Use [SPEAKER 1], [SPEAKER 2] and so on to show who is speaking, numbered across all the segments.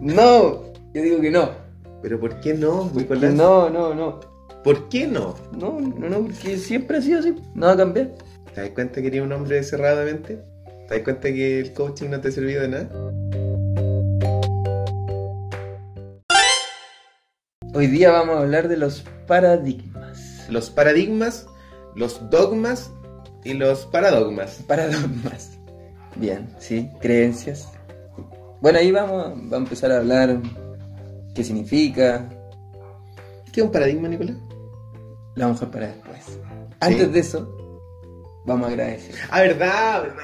[SPEAKER 1] No, yo digo que no.
[SPEAKER 2] Pero ¿por qué no,
[SPEAKER 1] Que
[SPEAKER 2] Nicolás?
[SPEAKER 1] No, no, no.
[SPEAKER 2] ¿Por qué no?
[SPEAKER 1] No, no, no, porque siempre ha sido así. No va a cambiar.
[SPEAKER 2] ¿Te das cuenta que eres un hombre cerrado de mente? ¿Te das cuenta que el coaching no te ha servido de nada?
[SPEAKER 1] Hoy día vamos a hablar de los paradigmas.
[SPEAKER 2] Los paradigmas, los dogmas y los paradogmas.
[SPEAKER 1] Paradigmas. Bien, sí, creencias. Bueno, ahí vamos, a- vamos a empezar a hablar qué significa.
[SPEAKER 2] ¿Qué es un paradigma, Nicolás?
[SPEAKER 1] Lo vamos a dejar para después. Antes de eso, vamos a agradecer.
[SPEAKER 2] Ah, verdad, verdad.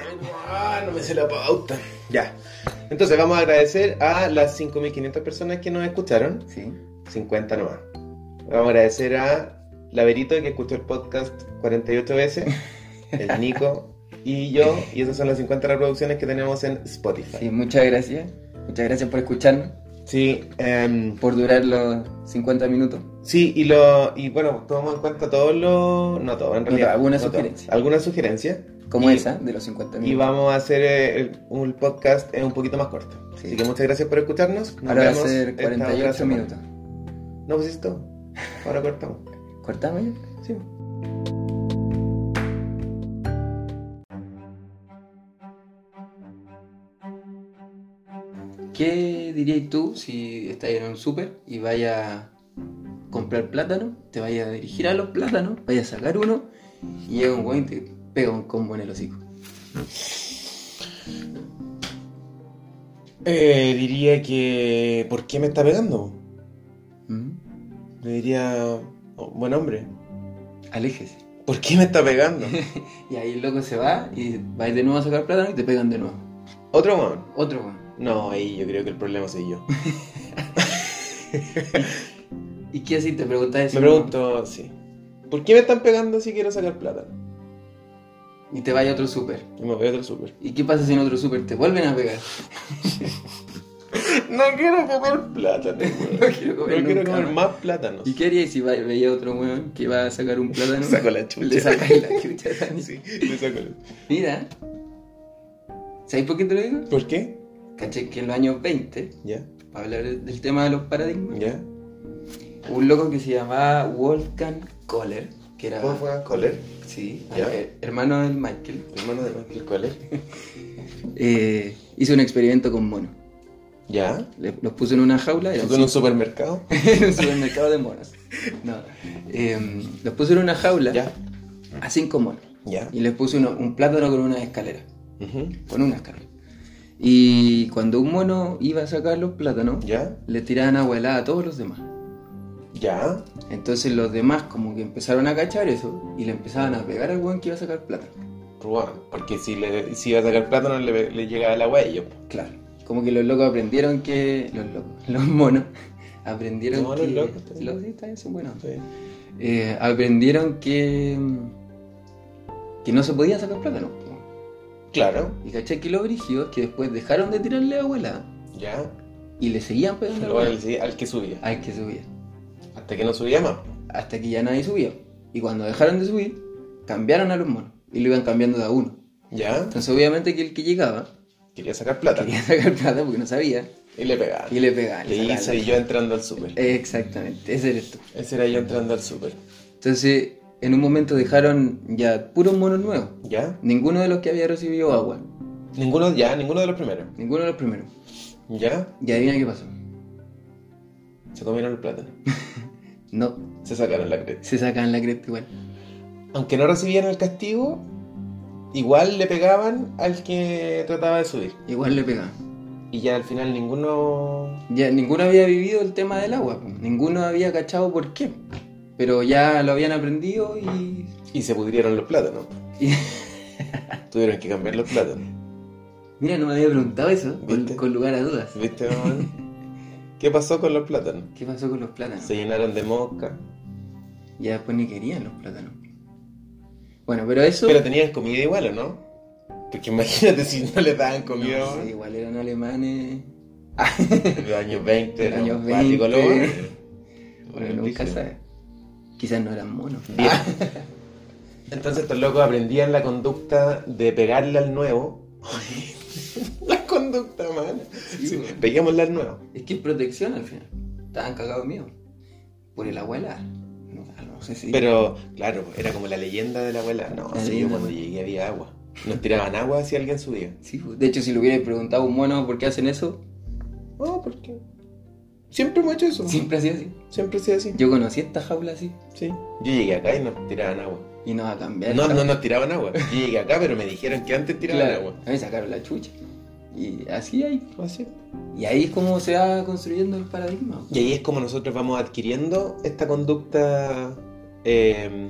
[SPEAKER 2] Ah, no me sé la pauta. Ya. Entonces vamos a agradecer a las 5.500 personas que nos escucharon.
[SPEAKER 1] Sí.
[SPEAKER 2] 50 nomás. Vamos a agradecer a Laberito que escuchó el podcast 48 veces, el Nico y yo, y esas son las 50 reproducciones que tenemos en Spotify.
[SPEAKER 1] Sí, muchas gracias. Muchas gracias por escucharnos,
[SPEAKER 2] Sí, em,
[SPEAKER 1] por durar los 50 minutos.
[SPEAKER 2] sí y, lo, y bueno, tomamos en cuenta todos los... No todos, en
[SPEAKER 1] No,
[SPEAKER 2] realidad.
[SPEAKER 1] alguna
[SPEAKER 2] todos.
[SPEAKER 1] sugerencia.
[SPEAKER 2] Alguna sugerencia.
[SPEAKER 1] Como
[SPEAKER 2] Y-
[SPEAKER 1] esa, de los 50
[SPEAKER 2] Y
[SPEAKER 1] minutos.
[SPEAKER 2] vamos a hacer eh, el- un podcast eh, un poquito más corto.
[SPEAKER 1] Sí.
[SPEAKER 2] Así que muchas gracias por escucharnos. Nos
[SPEAKER 1] Ahora va a
[SPEAKER 2] vemos
[SPEAKER 1] ser
[SPEAKER 2] esta otra
[SPEAKER 1] 48
[SPEAKER 2] semana.
[SPEAKER 1] minutos.
[SPEAKER 2] No, pues esto. Ahora cortamos.
[SPEAKER 1] ¿Cortamos ya?
[SPEAKER 2] Sí.
[SPEAKER 1] ¿Qué dirías tú si estás en un súper y vaya a comprar plátano? Te vaya a dirigir a los plátanos, vaya a sacar uno y llega un weón y te pega un combo en el hocico.
[SPEAKER 2] Eh, diría que... ¿Por qué me está pegando?
[SPEAKER 1] ¿Mm?
[SPEAKER 2] Le diría, "Oh, buen hombre,
[SPEAKER 1] Aléjese.
[SPEAKER 2] ¿por qué me está pegando?
[SPEAKER 1] Y ahí el loco se va y vais de nuevo a sacar plátano y te pegan de nuevo.
[SPEAKER 2] Otro weón.
[SPEAKER 1] Otro weón.
[SPEAKER 2] No, ahí yo creo que el problema soy yo.
[SPEAKER 1] ¿Y qué así te preguntas
[SPEAKER 2] Me pregunto, sí. ¿Por qué me están pegando si quiero sacar plata?
[SPEAKER 1] Y te vaya a otro súper.
[SPEAKER 2] Y me voy a otro súper.
[SPEAKER 1] ¿Y qué pasa si en otro súper te vuelven a pegar?
[SPEAKER 2] No quiero comer plátano, weón.
[SPEAKER 1] No quiero comer
[SPEAKER 2] No quiero
[SPEAKER 1] nunca
[SPEAKER 2] comer
[SPEAKER 1] más.
[SPEAKER 2] más plátanos.
[SPEAKER 1] ¿Y qué harías si va- veía otro weón que va a sacar un plátano?
[SPEAKER 2] Saco la chucha.
[SPEAKER 1] Le sacáis la chucha Dani.
[SPEAKER 2] Sí, le saco la-
[SPEAKER 1] Mira. ¿Sabéis por qué te lo digo?
[SPEAKER 2] ¿Por qué?
[SPEAKER 1] Caché que en los años 20,
[SPEAKER 2] Ya,
[SPEAKER 1] para hablar del tema de los paradigmas,
[SPEAKER 2] ya.
[SPEAKER 1] un loco que se llamaba Wolfgang Kohler, que era
[SPEAKER 2] ¿Cómo fue Coller?
[SPEAKER 1] sí,
[SPEAKER 2] Ya.
[SPEAKER 1] eh, hermano del Michael,
[SPEAKER 2] Hermano de Michael Coller.
[SPEAKER 1] eh, hizo un experimento con monos.
[SPEAKER 2] Ya.
[SPEAKER 1] Le- los puso en una jaula, eran
[SPEAKER 2] ¿Tú en un supermercado?
[SPEAKER 1] en un supermercado de monos. No. eh, los puso en una jaula
[SPEAKER 2] Ya,
[SPEAKER 1] a cinco monos.
[SPEAKER 2] ya.
[SPEAKER 1] Y les puso uno- un plátano con una escalera.
[SPEAKER 2] Ujú.
[SPEAKER 1] Con una escalera. Y cuando un mono iba a sacar los plátanos,
[SPEAKER 2] Ya,
[SPEAKER 1] le tiraban agua helada a todos los demás.
[SPEAKER 2] ya.
[SPEAKER 1] Entonces los demás como que empezaron a cachar eso y le empezaban a pegar al weón que iba a sacar plata.
[SPEAKER 2] Bueno, porque si, le, si iba a sacar plátano le, le llegaba el agua a ellos.
[SPEAKER 1] Claro. Como que los locos aprendieron que... Los locos. Los monos. Aprendieron
[SPEAKER 2] No,
[SPEAKER 1] que...
[SPEAKER 2] los locos también.
[SPEAKER 1] Los sí, también son buenos.
[SPEAKER 2] Sí.
[SPEAKER 1] Eh, aprendieron que... mm, Que no se podía sacar plátano. po.
[SPEAKER 2] Claro,
[SPEAKER 1] Y caché que los brigios que después dejaron de tirarle agua helada
[SPEAKER 2] ya.
[SPEAKER 1] y le seguían pegando
[SPEAKER 2] Luego
[SPEAKER 1] agua
[SPEAKER 2] al,
[SPEAKER 1] helada
[SPEAKER 2] al que subía.
[SPEAKER 1] al que subía.
[SPEAKER 2] Hasta que no subía más.
[SPEAKER 1] Hasta que ya nadie subía. Y cuando dejaron de subir, cambiaron a los monos. Y lo iban cambiando de a uno.
[SPEAKER 2] Ya.
[SPEAKER 1] Entonces obviamente que el que llegaba
[SPEAKER 2] Quería sacar plata.
[SPEAKER 1] quería sacar plata porque no sabía
[SPEAKER 2] Y le pegaba.
[SPEAKER 1] y le pegaban.
[SPEAKER 2] Y
[SPEAKER 1] le sacaban
[SPEAKER 2] ahí soy
[SPEAKER 1] la-
[SPEAKER 2] yo entrando al súper.
[SPEAKER 1] Exactamente, ese eres tú.
[SPEAKER 2] Ese era yo entrando al súper.
[SPEAKER 1] Entonces, en un momento dejaron ya puros monos nuevos.
[SPEAKER 2] ¿Ya?
[SPEAKER 1] Ninguno de los que había recibido agua.
[SPEAKER 2] Ninguno, ya, ninguno de los primeros.
[SPEAKER 1] Ninguno de los primeros.
[SPEAKER 2] ¿Ya?
[SPEAKER 1] Y adivina qué pasó.
[SPEAKER 2] Se comieron el plátano.
[SPEAKER 1] No,
[SPEAKER 2] Se sacaron la creta.
[SPEAKER 1] se sacaban la cresta igual.
[SPEAKER 2] Aunque no recibían el castigo, igual le pegaban al que trataba de subir.
[SPEAKER 1] Igual le pegaban.
[SPEAKER 2] Y ya al final ninguno...
[SPEAKER 1] Ya ninguno había vivido el tema del agua. po. Ninguno había cachado por qué. Pero ya lo habían aprendido y...
[SPEAKER 2] Y se pudrieron los plátanos.
[SPEAKER 1] y-
[SPEAKER 2] Tuvieron que cambiar los plátanos.
[SPEAKER 1] Mira, no me había preguntado eso. Con,
[SPEAKER 2] ¿Viste?
[SPEAKER 1] con lugar a dudas.
[SPEAKER 2] ¿Viste, mamá? ¿Qué pasó con los plátanos?
[SPEAKER 1] ¿Qué pasó con los plátanos?
[SPEAKER 2] Se llenaron de mosca.
[SPEAKER 1] Ya después ni querían los plátanos. Bueno, pero eso.
[SPEAKER 2] Pero tenían comida igual, ¿o no? Porque imagínate si no les daban comida.
[SPEAKER 1] No, sí, igual eran alemanes.
[SPEAKER 2] En los años 20,
[SPEAKER 1] En los
[SPEAKER 2] ¿no?
[SPEAKER 1] años
[SPEAKER 2] Cuático,
[SPEAKER 1] 20.
[SPEAKER 2] ¿no?
[SPEAKER 1] Bueno, nunca
[SPEAKER 2] Brígido.
[SPEAKER 1] sabes. Quizás no eran monos.
[SPEAKER 2] Bien. Entonces estos locos aprendían la conducta de pegarle al nuevo. la Conducta humana.
[SPEAKER 1] Sí,
[SPEAKER 2] Sí,
[SPEAKER 1] weón.
[SPEAKER 2] Peguémosla al nuevo.
[SPEAKER 1] Es que es protección al final. Estaban cagados míos. Por el abuela. No, ah, no sé si.
[SPEAKER 2] Pero, claro, era como la leyenda de la abuela. No,
[SPEAKER 1] La
[SPEAKER 2] sí, yo
[SPEAKER 1] leyenda,
[SPEAKER 2] cuando
[SPEAKER 1] weón.
[SPEAKER 2] llegué había agua. Nos tiraban agua si alguien subía.
[SPEAKER 1] Sí, pues, de hecho, si le hubierais preguntado a un mono por qué hacen eso,
[SPEAKER 2] No, Oh, ¿por qué? Siempre hemos hecho eso.
[SPEAKER 1] siempre hacía así.
[SPEAKER 2] Siempre ha sido así.
[SPEAKER 1] Yo conocí esta jaula así
[SPEAKER 2] Sí. Yo llegué acá y nos tiraban agua.
[SPEAKER 1] y no va a cambiar.
[SPEAKER 2] No,
[SPEAKER 1] esta-
[SPEAKER 2] no nos tiraban agua. Yo llegué acá, pero me dijeron que antes tiraban
[SPEAKER 1] Claro,
[SPEAKER 2] agua.
[SPEAKER 1] A mí sacaron la chucha. Y así hay.
[SPEAKER 2] Así.
[SPEAKER 1] Y ahí es como se va construyendo el paradigma.
[SPEAKER 2] Y ahí es como nosotros vamos adquiriendo esta conducta eh,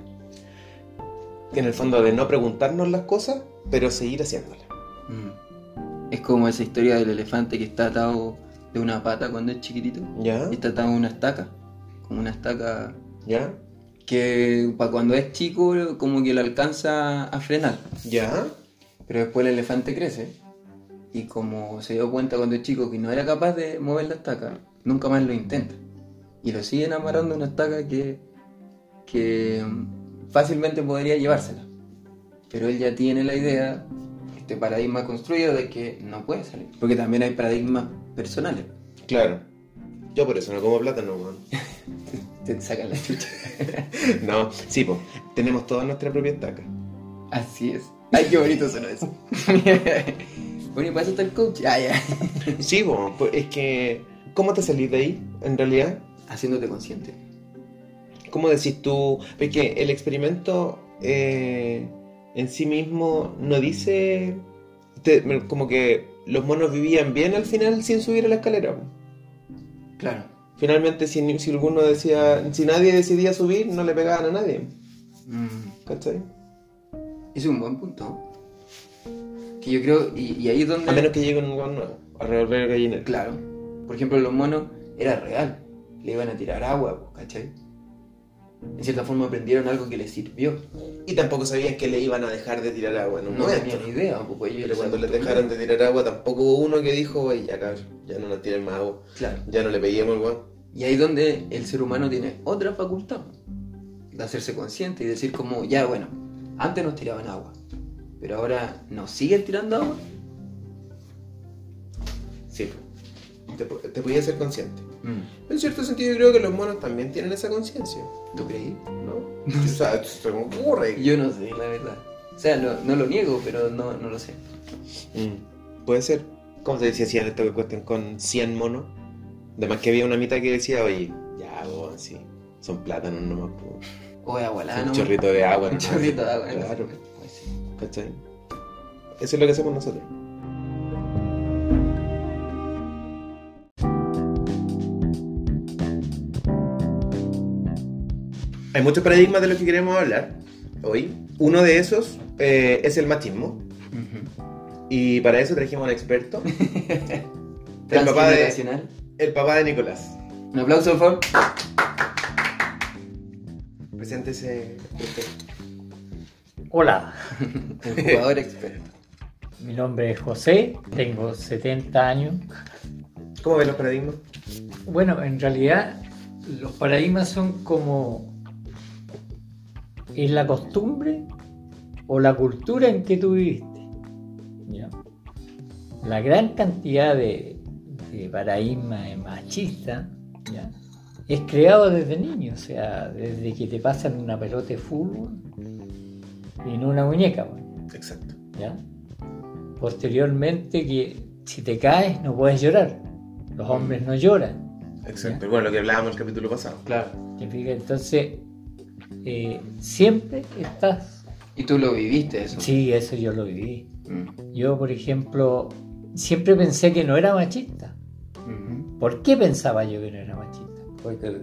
[SPEAKER 2] en el fondo de no preguntarnos las cosas, pero seguir haciéndolas.
[SPEAKER 1] Mm. Es como esa historia del elefante que está atado de una pata cuando es chiquitito.
[SPEAKER 2] ¿Ya?
[SPEAKER 1] Y está atado a una estaca. Como una estaca
[SPEAKER 2] ¿Ya?
[SPEAKER 1] que para cuando es chico como que lo alcanza a frenar.
[SPEAKER 2] ¿Ya?
[SPEAKER 1] Pero después el elefante crece. Y como se dio cuenta cuando es chico que no era capaz de mover la estaca, nunca más lo intenta. Y lo siguen amarrando a una estaca que, que mm, fácilmente podría llevársela. Pero él ya tiene la idea, este paradigma construido de que no puede salir. Porque también hay paradigmas personales.
[SPEAKER 2] Claro. Yo por eso no como plátano, weón.
[SPEAKER 1] Te sacan la chucha.
[SPEAKER 2] No, sí, pues, tenemos toda nuestra propia estaca.
[SPEAKER 1] Así es. Ay, qué bonito suena eso. bueno, y para eso está el coach. Ah, ya.
[SPEAKER 2] Sí, po, pues, es que, ¿cómo te salís de ahí, en realidad?
[SPEAKER 1] Haciéndote consciente.
[SPEAKER 2] ¿Cómo decís tú? Es que el experimento eh, en sí mismo no dice. te- me- como que los monos vivían bien al final sin subir a la escalera. po.
[SPEAKER 1] Claro.
[SPEAKER 2] Finalmente, si, ni- si alguno decía. Si nadie decidía subir, no le pegaban a nadie.
[SPEAKER 1] Mm.
[SPEAKER 2] ¿Cachai?
[SPEAKER 1] Es un buen punto. Que yo creo, y, y ahí es donde...
[SPEAKER 2] A menos que llegue un hueón nuevo a revolver el gallinero.
[SPEAKER 1] Claro. Por ejemplo, los monos era real. Le iban a tirar agua, po, ¿cachai? En cierta forma aprendieron algo que les sirvió.
[SPEAKER 2] Y tampoco sabían que le iban a dejar de tirar agua en un
[SPEAKER 1] No
[SPEAKER 2] momento.
[SPEAKER 1] tenían idea, po, pues ellos
[SPEAKER 2] Pero
[SPEAKER 1] se
[SPEAKER 2] cuando les
[SPEAKER 1] acostumbraron.
[SPEAKER 2] dejaron de tirar agua, tampoco hubo uno que dijo, oye, ya cabrón, ya no nos tiren más agua,
[SPEAKER 1] Claro.
[SPEAKER 2] ya no le peguemos, weón.
[SPEAKER 1] Y ahí es donde el ser humano tiene otra facultad. po, De hacerse consciente y decir como, ya bueno, antes nos tiraban agua. Pero ahora nos siguen tirando agua.
[SPEAKER 2] Sí, te, po- te podías ser consciente. En cierto sentido, yo creo que los monos también tienen esa conciencia,
[SPEAKER 1] ¿Tú creí?
[SPEAKER 2] ¿no? o sea, se me ocurre.
[SPEAKER 1] Yo no sé, la verdad. O sea, no, no lo niego, pero no, no lo sé.
[SPEAKER 2] Mm, Puede ser. ¿Cómo se decía si esto que cuesten con 100 monos? Además que había una mitad que decía, oye, ya, weón, sí, son plátanos nomás, po.
[SPEAKER 1] O de abuelano.
[SPEAKER 2] un chorrito de agua.
[SPEAKER 1] Ah, Un
[SPEAKER 2] nomás".
[SPEAKER 1] chorrito de agua.
[SPEAKER 2] Claro,
[SPEAKER 1] Pues sí.
[SPEAKER 2] ¿cachai? Eso es lo que hacemos nosotros. Hay muchos paradigmas de los que queremos hablar hoy. Uno de esos eh, es el machismo. Y para eso trajimos a un experto. el, papá de,
[SPEAKER 1] Transgeneracional.
[SPEAKER 2] el papá de Nicolás.
[SPEAKER 1] Un aplauso, por favor.
[SPEAKER 2] Preséntese usted.
[SPEAKER 3] Hola,
[SPEAKER 1] El jugador experto.
[SPEAKER 3] mi nombre es José, tengo 70 años.
[SPEAKER 2] ¿Cómo ven los paradigmas?
[SPEAKER 3] Bueno, en realidad los paradigmas son como es la costumbre o la cultura en que tú viviste. ¿ya? La gran cantidad de, de paradigmas machistas ¿ya? es creado desde niño, o sea, desde que te pasan una pelota de fútbol en una muñeca. bueno.
[SPEAKER 2] Exacto.
[SPEAKER 3] ¿ya? Posteriormente que si te caes no puedes llorar. Los hombres no lloran.
[SPEAKER 2] Exacto. Bueno, lo que hablábamos el capítulo pasado.
[SPEAKER 1] Claro.
[SPEAKER 3] ¿te fijas? Entonces, eh, siempre estás...
[SPEAKER 1] Y tú lo viviste eso.
[SPEAKER 3] Sí, eso yo lo viví.
[SPEAKER 1] Mm.
[SPEAKER 3] Yo, por ejemplo, siempre pensé que no era machista.
[SPEAKER 1] Ujú.
[SPEAKER 3] ¿Por qué pensaba yo que no era machista? Porque,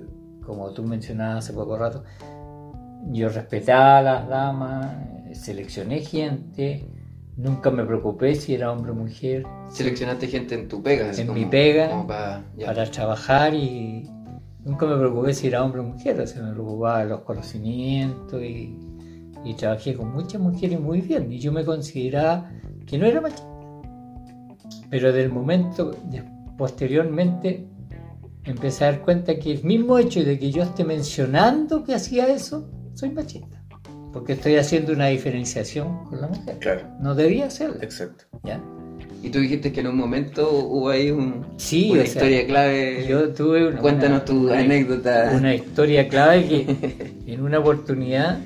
[SPEAKER 3] como tú mencionabas hace poco rato, yo respetaba a las damas, seleccioné gente, nunca me preocupé si era hombre o mujer.
[SPEAKER 1] Seleccionaste gente en tu pega. así
[SPEAKER 3] En
[SPEAKER 1] como-
[SPEAKER 3] mi pega.
[SPEAKER 1] Como para, ya.
[SPEAKER 3] para trabajar y nunca me preocupé si era hombre o mujer, o sea, me preocupaba de los conocimientos y, y trabajé con muchas mujeres muy bien y yo me consideraba que no era machista. Pero del momento, de- posteriormente, empecé a dar cuenta que el mismo hecho de que yo esté mencionando que hacía eso, soy machista. Porque estoy haciendo una diferenciación con la mujer.
[SPEAKER 2] Claro.
[SPEAKER 3] No debía hacerlo.
[SPEAKER 2] Exacto.
[SPEAKER 3] ¿ya?
[SPEAKER 1] Y tú dijiste que en un momento hubo ahí un-
[SPEAKER 3] Sí,
[SPEAKER 1] una
[SPEAKER 3] o sea,
[SPEAKER 1] historia clave.
[SPEAKER 3] Yo tuve una,
[SPEAKER 1] Eh, Cuéntanos tu
[SPEAKER 3] una-
[SPEAKER 1] anécdota.
[SPEAKER 3] Una historia clave que en una oportunidad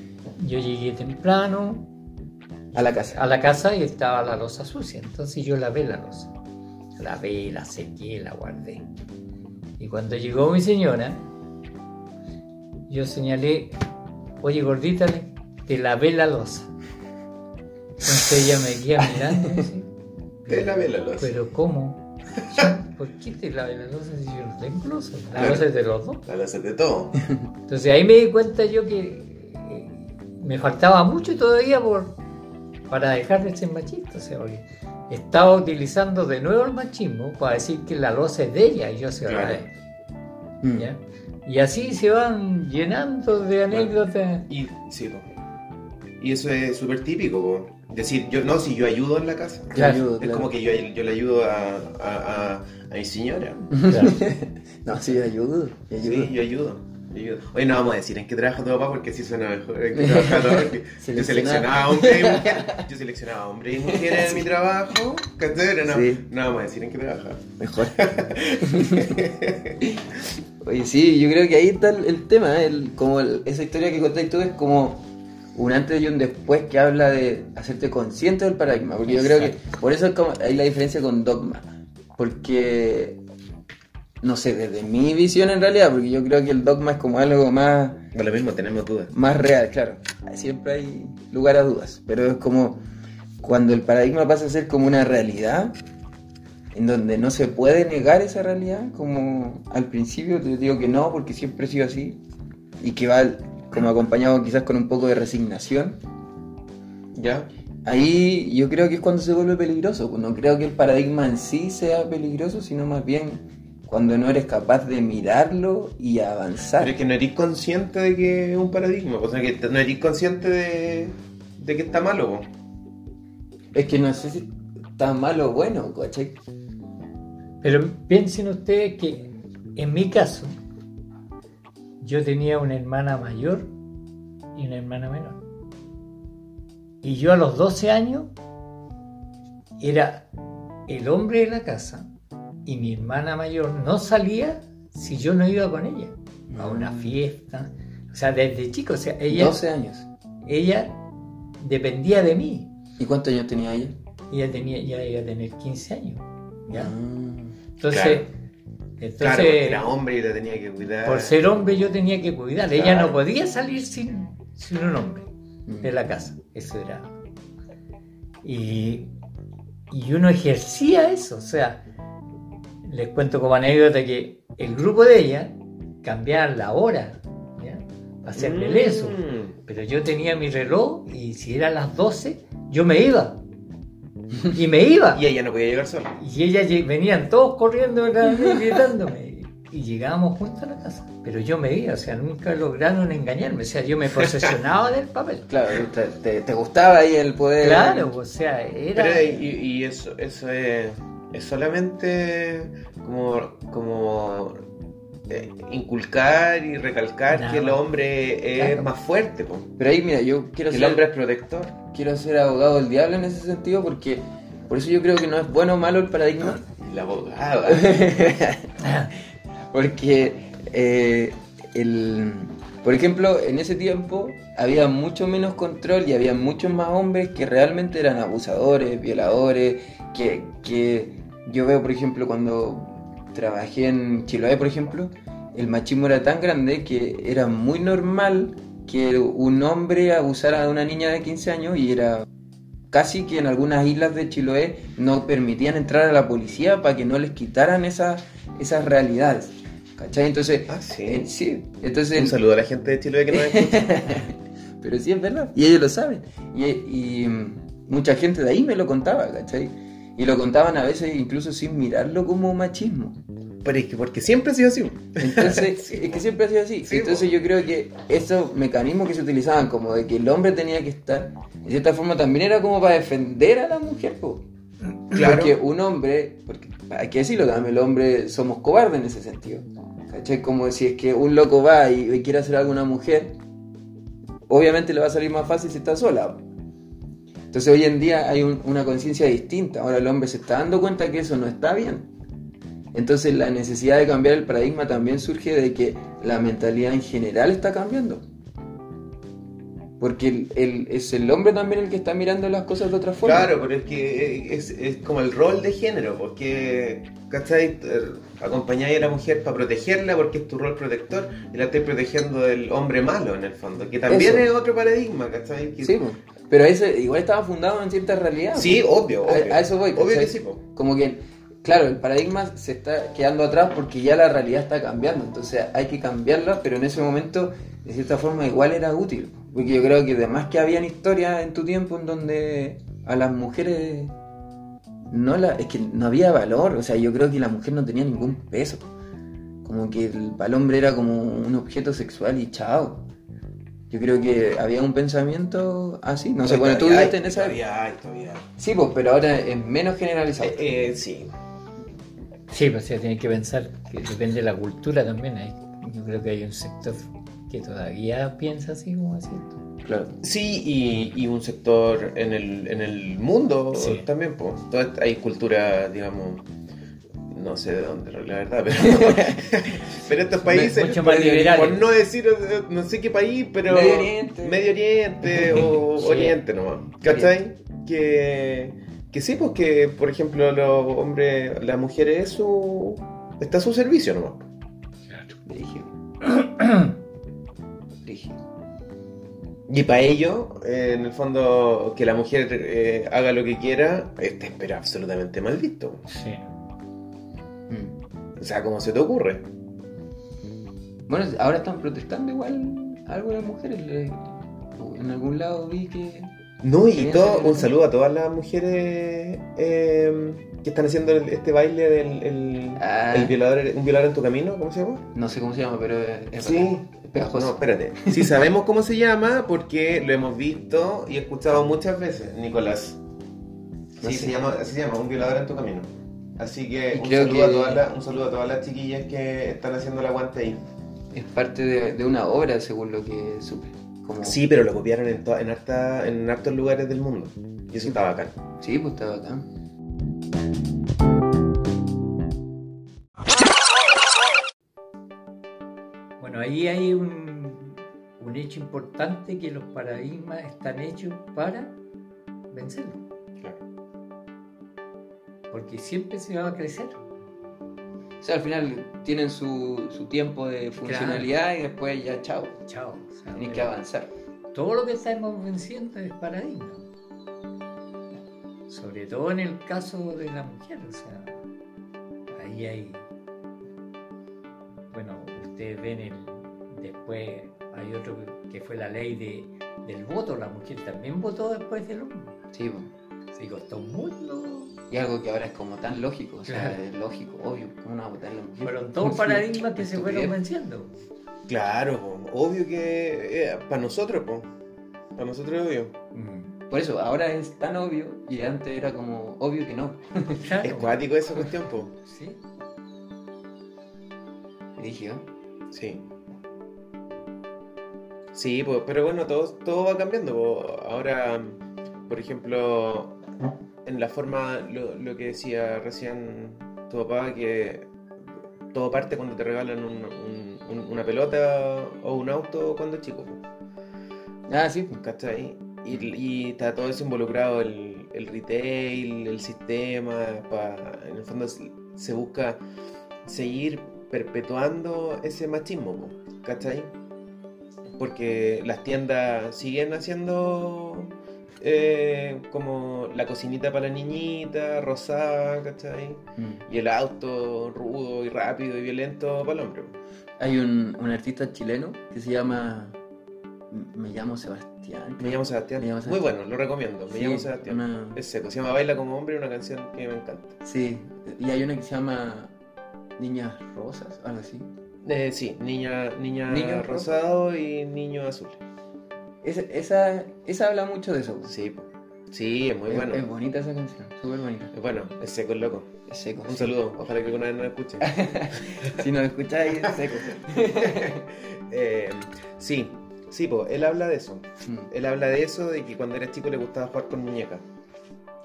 [SPEAKER 3] yo llegué temprano
[SPEAKER 1] A la casa.
[SPEAKER 3] a la casa y estaba la losa sucia. Entonces yo lavé la losa. Lavé, la sequé, la guardé. Y cuando llegó mi señora, yo señalé, oye gordita, le- te lavé la losa. Entonces ella me guía mirando. así,
[SPEAKER 2] Te lavé la losa.
[SPEAKER 3] ¿Pero cómo? ¿Por qué te lavé la losa si yo no tengo losa? La
[SPEAKER 2] Claro.
[SPEAKER 3] losa es de los dos.
[SPEAKER 2] La losa de todo.
[SPEAKER 3] Entonces ahí me di cuenta yo que eh, me faltaba mucho todavía por, para dejar de ser machista. O sea, porque estaba utilizando de nuevo el machismo para decir que la losa es de ella y yo se la
[SPEAKER 2] Claro.
[SPEAKER 3] de
[SPEAKER 2] Mm.
[SPEAKER 3] ¿ya? Y así se van llenando de anécdotas.
[SPEAKER 2] Y, sí, po. y eso es súper típico, po. Decir, yo no, si yo ayudo en la casa.
[SPEAKER 1] Te
[SPEAKER 3] Claro,
[SPEAKER 1] ayudo,
[SPEAKER 2] Es
[SPEAKER 1] claro.
[SPEAKER 2] como que yo, yo le ayudo a, a, a- a mi señora.
[SPEAKER 1] No, sí, yo ayudo. yo ayudo.
[SPEAKER 2] Sí, yo ayudo. yo ayudo. Oye, no vamos a decir en qué trabaja tu papá porque sí suena mejor. En qué trabaja tu papá, porque yo seleccionaba
[SPEAKER 1] Seleccionaba.
[SPEAKER 2] hombre y mujer. Yo seleccionaba hombre y mujer en mi trabajo. ¿cachai? Pero no,
[SPEAKER 1] Sí.
[SPEAKER 2] no vamos a decir en qué trabaja.
[SPEAKER 1] Mejor. Oye, sí, yo creo que ahí está el, el tema, ¿eh? El- como el- esa historia que contáis tú es como un antes y un después que habla de hacerte consciente del paradigma, porque yo creo que por eso es como, hay la diferencia con dogma, porque, no sé, desde mi visión en realidad, porque yo creo que el dogma es como algo más
[SPEAKER 2] Por lo mismo, tenemos dudas.
[SPEAKER 1] más real, claro. Siempre hay lugar a dudas, pero es como cuando el paradigma pasa a ser como una realidad, en donde no se puede negar esa realidad, como al principio te digo que no, porque siempre he sido así, y que va como acompañado quizás con un poco de resignación,
[SPEAKER 2] ¿Ya?
[SPEAKER 1] ahí yo creo que es cuando se vuelve peligroso, no creo que el paradigma en sí sea peligroso, sino más bien cuando no eres capaz de mirarlo y avanzar.
[SPEAKER 2] Pero es que no eres consciente de que es un paradigma. O sea, que te- no eres consciente de, de que está malo. po.
[SPEAKER 1] Es que no sé si está malo o bueno, ¿cachai?
[SPEAKER 3] Pero piensen ustedes que en mi caso, yo tenía una hermana mayor y una hermana menor. Y yo a los 12 años era el hombre de la casa y mi hermana mayor no salía si yo no iba con ella a
[SPEAKER 2] Mm.
[SPEAKER 3] una fiesta. O sea, desde chico, o sea, ella,
[SPEAKER 1] 12 años.
[SPEAKER 3] ella dependía de mí.
[SPEAKER 1] ¿Y cuántos años tenía ella?
[SPEAKER 3] Ella tenía, ya iba a tener 15 años. ¿ya?
[SPEAKER 1] Ah,
[SPEAKER 3] Entonces,
[SPEAKER 2] Mm. Claro. claro, porque
[SPEAKER 3] entonces
[SPEAKER 2] era hombre y te tenía que cuidar. Mm.
[SPEAKER 3] por ser hombre yo tenía que cuidar. Ella
[SPEAKER 2] Eh, Claro.
[SPEAKER 3] no podía salir sin, sin un hombre de la casa. Eso era. Y, y uno ejercía eso. O sea, les cuento como anécdota que el grupo de ella cambiaba la hora ¿ya? para hacerle
[SPEAKER 2] Mm.
[SPEAKER 3] eso. Pero yo tenía mi reloj y si era las 12, yo me iba. Y me iba.
[SPEAKER 2] Y ella no podía llegar sola.
[SPEAKER 3] Y ellas lleg- venían todos corriendo ¿verdad? gritándome. Y llegábamos juntos a la casa. Pero yo me iba, o sea, nunca lograron engañarme. O sea, yo me posesionaba del papel.
[SPEAKER 1] Claro, te, te- te gustaba ahí el poder.
[SPEAKER 3] Claro, o sea, era.
[SPEAKER 2] Pero, eh, y, y eso, eso es, es solamente como, como eh, inculcar y recalcar
[SPEAKER 3] No.
[SPEAKER 2] que el hombre es
[SPEAKER 3] Claro.
[SPEAKER 2] más fuerte, po.
[SPEAKER 1] Pero ahí, mira, yo
[SPEAKER 2] que
[SPEAKER 1] quiero
[SPEAKER 2] el
[SPEAKER 1] ser,
[SPEAKER 2] hombre es protector.
[SPEAKER 1] quiero ser abogado del diablo en ese sentido porque por eso yo creo que no es bueno o malo el paradigma.
[SPEAKER 2] El abogado.
[SPEAKER 1] Porque, eh, el, por ejemplo, en ese tiempo había mucho menos control y había muchos más hombres que realmente eran abusadores, violadores, que, que yo veo, por ejemplo, cuando trabajé en Chiloé, por ejemplo, el machismo era tan grande que era muy normal que un hombre abusara de una niña de 15 años y era casi que en algunas islas de Chiloé no permitían entrar a la policía para que no les quitaran esas, esas realidades. ¿Cachai? Entonces,
[SPEAKER 2] ah,
[SPEAKER 1] eh,
[SPEAKER 2] sí.
[SPEAKER 1] sí, entonces...
[SPEAKER 2] Un saludo a la gente de Chile que nos escucha.
[SPEAKER 1] Pero sí es verdad, y ellos lo saben. Y, y, mm, mucha gente de ahí me lo contaba, ¿cachai? Y lo contaban a veces incluso sin mirarlo como machismo.
[SPEAKER 2] Pero es que porque siempre ha sido así.
[SPEAKER 1] Entonces, es que siempre ha sido así.
[SPEAKER 2] Sí,
[SPEAKER 1] Entonces
[SPEAKER 2] po.
[SPEAKER 1] yo creo que esos mecanismos que se utilizaban, como de que el hombre tenía que estar, de cierta forma también era como para defender a la mujer, po.
[SPEAKER 2] Claro.
[SPEAKER 1] Porque un hombre, porque hay que decirlo también, el hombre somos cobardes en ese sentido. ¿Cachai? Como si es que un loco va y, y quiere hacer algo a una mujer, obviamente le va a salir más fácil si está sola. Entonces hoy en día hay un- una conciencia distinta. Ahora el hombre se está dando cuenta que eso no está bien. Entonces la necesidad de cambiar el paradigma también surge de que la mentalidad en general está cambiando. Porque el- el- es el hombre también el que está mirando las cosas de otra forma.
[SPEAKER 2] Claro, pero es que eh, es, es como el rol de género, porque, ¿cachai? Eh, Acompañáis a la mujer para protegerla porque es tu rol protector y la estáis protegiendo del hombre malo en el fondo, que también
[SPEAKER 1] Eso.
[SPEAKER 2] es otro paradigma, ¿cachai? Que-
[SPEAKER 1] Sí, po. pero eso igual estaba fundado en cierta realidad.
[SPEAKER 2] Sí, obvio,
[SPEAKER 1] A-
[SPEAKER 2] obvio.
[SPEAKER 1] a eso voy,
[SPEAKER 2] Obvio
[SPEAKER 1] ¿cachai?
[SPEAKER 2] que sí, po.
[SPEAKER 1] Como que, claro, el paradigma se está quedando atrás porque ya la realidad está cambiando, entonces hay que cambiarla, pero en ese momento, de cierta forma, igual era útil. Porque yo creo que además que habían historias en tu tiempo en donde a las mujeres no la, es que no había valor, o sea, yo creo que la mujer no tenía ningún peso. Como que el, para el hombre era como un objeto sexual y chao. Yo creo que había un pensamiento así, no sé, bueno, tú
[SPEAKER 2] Todavía
[SPEAKER 1] viviste
[SPEAKER 2] hay,
[SPEAKER 1] en esa época.
[SPEAKER 2] Todavía hay, todavía hay.
[SPEAKER 1] Sí, pues, pero ahora es menos generalizado.
[SPEAKER 2] Eh, eh, sí.
[SPEAKER 3] Sí, pues ya tienen que pensar que depende de la cultura también. Hay, yo creo que hay un sector que todavía piensa así como así.
[SPEAKER 2] eh.
[SPEAKER 1] Claro.
[SPEAKER 2] Sí, y, y un sector en el, en el mundo
[SPEAKER 3] Sí.
[SPEAKER 2] también, pues. Hay cultura, digamos, no sé de dónde, la verdad, pero, pero estos países,
[SPEAKER 3] Mucho más
[SPEAKER 2] por-
[SPEAKER 3] liberales.
[SPEAKER 2] por no decir, eh, no sé qué país, pero...
[SPEAKER 1] Medio Oriente.
[SPEAKER 2] Medio Oriente o
[SPEAKER 3] Sí.
[SPEAKER 2] Oriente nomás, ¿cachai? Que, que sí, pues que, por ejemplo, los hombres, las mujeres, es su, está a su servicio nomás.
[SPEAKER 1] Brígido. Brígido.
[SPEAKER 2] Y para ello, eh, en el fondo, que la mujer eh, haga lo que quiera, está pero absolutamente mal visto.
[SPEAKER 3] Sí.
[SPEAKER 1] Mm.
[SPEAKER 2] O sea, ¿cómo se te ocurre?
[SPEAKER 1] Bueno, ahora están protestando igual algunas mujeres. le- En algún lado vi que.
[SPEAKER 2] No, y
[SPEAKER 1] Quería
[SPEAKER 2] todo,
[SPEAKER 1] saber-
[SPEAKER 2] un saludo a todas las mujeres eh, que están haciendo el- este baile del el,
[SPEAKER 1] Ah.
[SPEAKER 2] el violador, un violador en tu camino, ¿cómo se llama?
[SPEAKER 1] No sé cómo se llama, pero es, es
[SPEAKER 2] Sí.
[SPEAKER 1] bacán, es pegajoso.
[SPEAKER 2] No, espérate. Sí sabemos cómo se llama porque lo hemos visto y escuchado muchas veces, Nicolás.
[SPEAKER 1] No
[SPEAKER 2] sí,
[SPEAKER 1] sé.
[SPEAKER 2] se llama, así se llama, un violador en tu camino. Así que,
[SPEAKER 1] Y
[SPEAKER 2] un
[SPEAKER 1] creo
[SPEAKER 2] saludo,
[SPEAKER 1] que-
[SPEAKER 2] A todas las, un saludo a todas las chiquillas que están haciendo el aguante ahí.
[SPEAKER 1] Es parte de, de una obra, según lo que supe. Como...
[SPEAKER 2] Sí, pero lo copiaron en, to- en, harta- en hartos lugares del mundo. Y eso está bacán.
[SPEAKER 1] Sí, pues está bacán.
[SPEAKER 3] Bueno, ahí hay un, un hecho importante que los paradigmas están hechos para vencerlo. Porque siempre se va a crecer.
[SPEAKER 1] O sea, al final tienen su, su tiempo de funcionalidad y después ya, chao.
[SPEAKER 3] Chao. o sea,
[SPEAKER 1] Tienes que
[SPEAKER 3] pero
[SPEAKER 1] avanzar.
[SPEAKER 3] todo lo que estamos venciendo es paradigma. Sobre todo en el caso de la mujer. O sea, ahí hay. Bueno, ustedes ven el. Después hay otro que fue la ley de- del voto. La mujer también votó después del hombre.
[SPEAKER 1] Sí, pues.
[SPEAKER 3] Se costó mucho.
[SPEAKER 1] Y algo que ahora es como tan lógico. O sea,
[SPEAKER 3] Claro.
[SPEAKER 1] es lógico, obvio. ¿Cómo no va a votar la mujer?
[SPEAKER 3] Fueron dos paradigmas que se fueron venciendo.
[SPEAKER 2] Claro, po. obvio que para nosotros, po. para nosotros obvio. Mm.
[SPEAKER 1] Por eso, ahora es tan obvio y antes era como obvio que no.
[SPEAKER 2] Es
[SPEAKER 3] Claro.
[SPEAKER 2] cuático esa cuestión, po.
[SPEAKER 3] Sí.
[SPEAKER 1] Rígido.
[SPEAKER 2] Sí. Sí, po, pero bueno, todo, todo va cambiando. po. Ahora, por ejemplo, en la forma, lo, lo que decía recién tu papá, que todo parte cuando te regalan un- un- un- una pelota o un auto cuando es chico. po.
[SPEAKER 1] Ah, sí. pues.
[SPEAKER 2] ¿Cachai? Y, y está todo eso involucrado, el, el retail, el sistema, pa- en el fondo se, se busca seguir perpetuando ese machismo, po, ¿cachai? Porque las tiendas siguen haciendo eh, como la cocinita para la niñita, rosada, ¿cachai?
[SPEAKER 1] Mm.
[SPEAKER 2] Y el auto rudo y rápido y violento para el hombre. po.
[SPEAKER 1] Hay un, un artista chileno que se llama. mm, Me llamo Sebastián.
[SPEAKER 2] Me llamo Sebastián.
[SPEAKER 1] Me llamo
[SPEAKER 2] Muy
[SPEAKER 1] Sebastián.
[SPEAKER 2] bueno, lo recomiendo. Me
[SPEAKER 1] Sí,
[SPEAKER 2] llamo Sebastián.
[SPEAKER 1] una-
[SPEAKER 2] Es seco, se llama Baila como hombre, una canción que me encanta.
[SPEAKER 1] Sí, y hay una que se llama Niñas Rosas, algo así.
[SPEAKER 2] Eh, sí, niña, niña
[SPEAKER 1] Niño
[SPEAKER 2] rosado y niño azul.
[SPEAKER 1] Esa, esa, esa habla mucho de eso. pues.
[SPEAKER 2] Sí, po. sí, es muy
[SPEAKER 1] es,
[SPEAKER 2] bueno.
[SPEAKER 1] es bonita esa canción, súper bonita.
[SPEAKER 2] Es bueno, es seco el loco.
[SPEAKER 1] Es seco.
[SPEAKER 2] Un
[SPEAKER 1] sí.
[SPEAKER 2] saludo, ojalá que alguna vez nos escuche.
[SPEAKER 1] Si nos escucháis, es seco.
[SPEAKER 2] Eh, sí, Sí, pues, él habla de eso.
[SPEAKER 1] Mm,
[SPEAKER 2] Él habla de eso, de que cuando era chico le gustaba jugar con muñecas.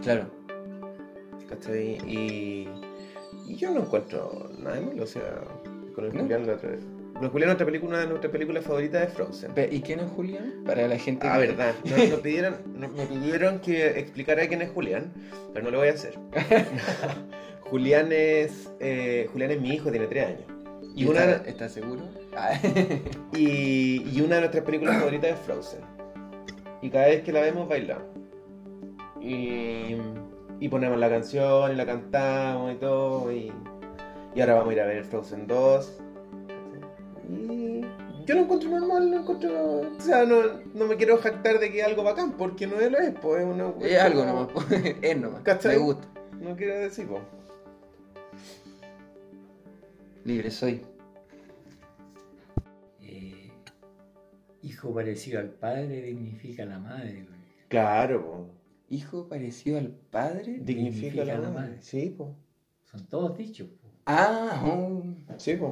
[SPEAKER 1] claro.
[SPEAKER 2] ¿Cachai? Y, y yo no encuentro nada de malo, o sea, con el
[SPEAKER 1] ¿No?
[SPEAKER 2] Julián la otra vez. Con el Julián otra película, una de nuestras películas favoritas es Frozen.
[SPEAKER 1] Ve, ¿Y quién es Julián? Para la gente
[SPEAKER 2] Ah,
[SPEAKER 1] que-
[SPEAKER 2] verdad. Nos, nos pidieron, nos- me pidieron que explicara quién es Julián, pero no lo voy a hacer. Julián es. eh, Julián es mi hijo, tiene tres años.
[SPEAKER 1] ¿Y
[SPEAKER 2] Y una,
[SPEAKER 1] está, está seguro? Ah,
[SPEAKER 2] y, y una de nuestras películas favoritas es Frozen. Y cada vez que la vemos bailamos. Y, y ponemos la canción y la cantamos y todo. Y, y ahora vamos a ir a ver Frozen 2. Y yo lo encuentro normal, lo encuentro... O sea, no, no me quiero jactar de que es algo bacán, porque no lo es, pues es una-
[SPEAKER 1] es algo nomás, po. es nomás.
[SPEAKER 2] ¿Cachai?
[SPEAKER 1] Me gusta.
[SPEAKER 2] No quiero decir, pues.
[SPEAKER 1] Libre soy.
[SPEAKER 3] Eh, hijo parecido al padre dignifica a la madre. güey.
[SPEAKER 2] Claro, po.
[SPEAKER 1] Hijo parecido al padre.
[SPEAKER 2] Dignifica a la madre. Sí, pues.
[SPEAKER 3] Son todos dichos. po.
[SPEAKER 1] Ah, oh.
[SPEAKER 2] Sí, pues.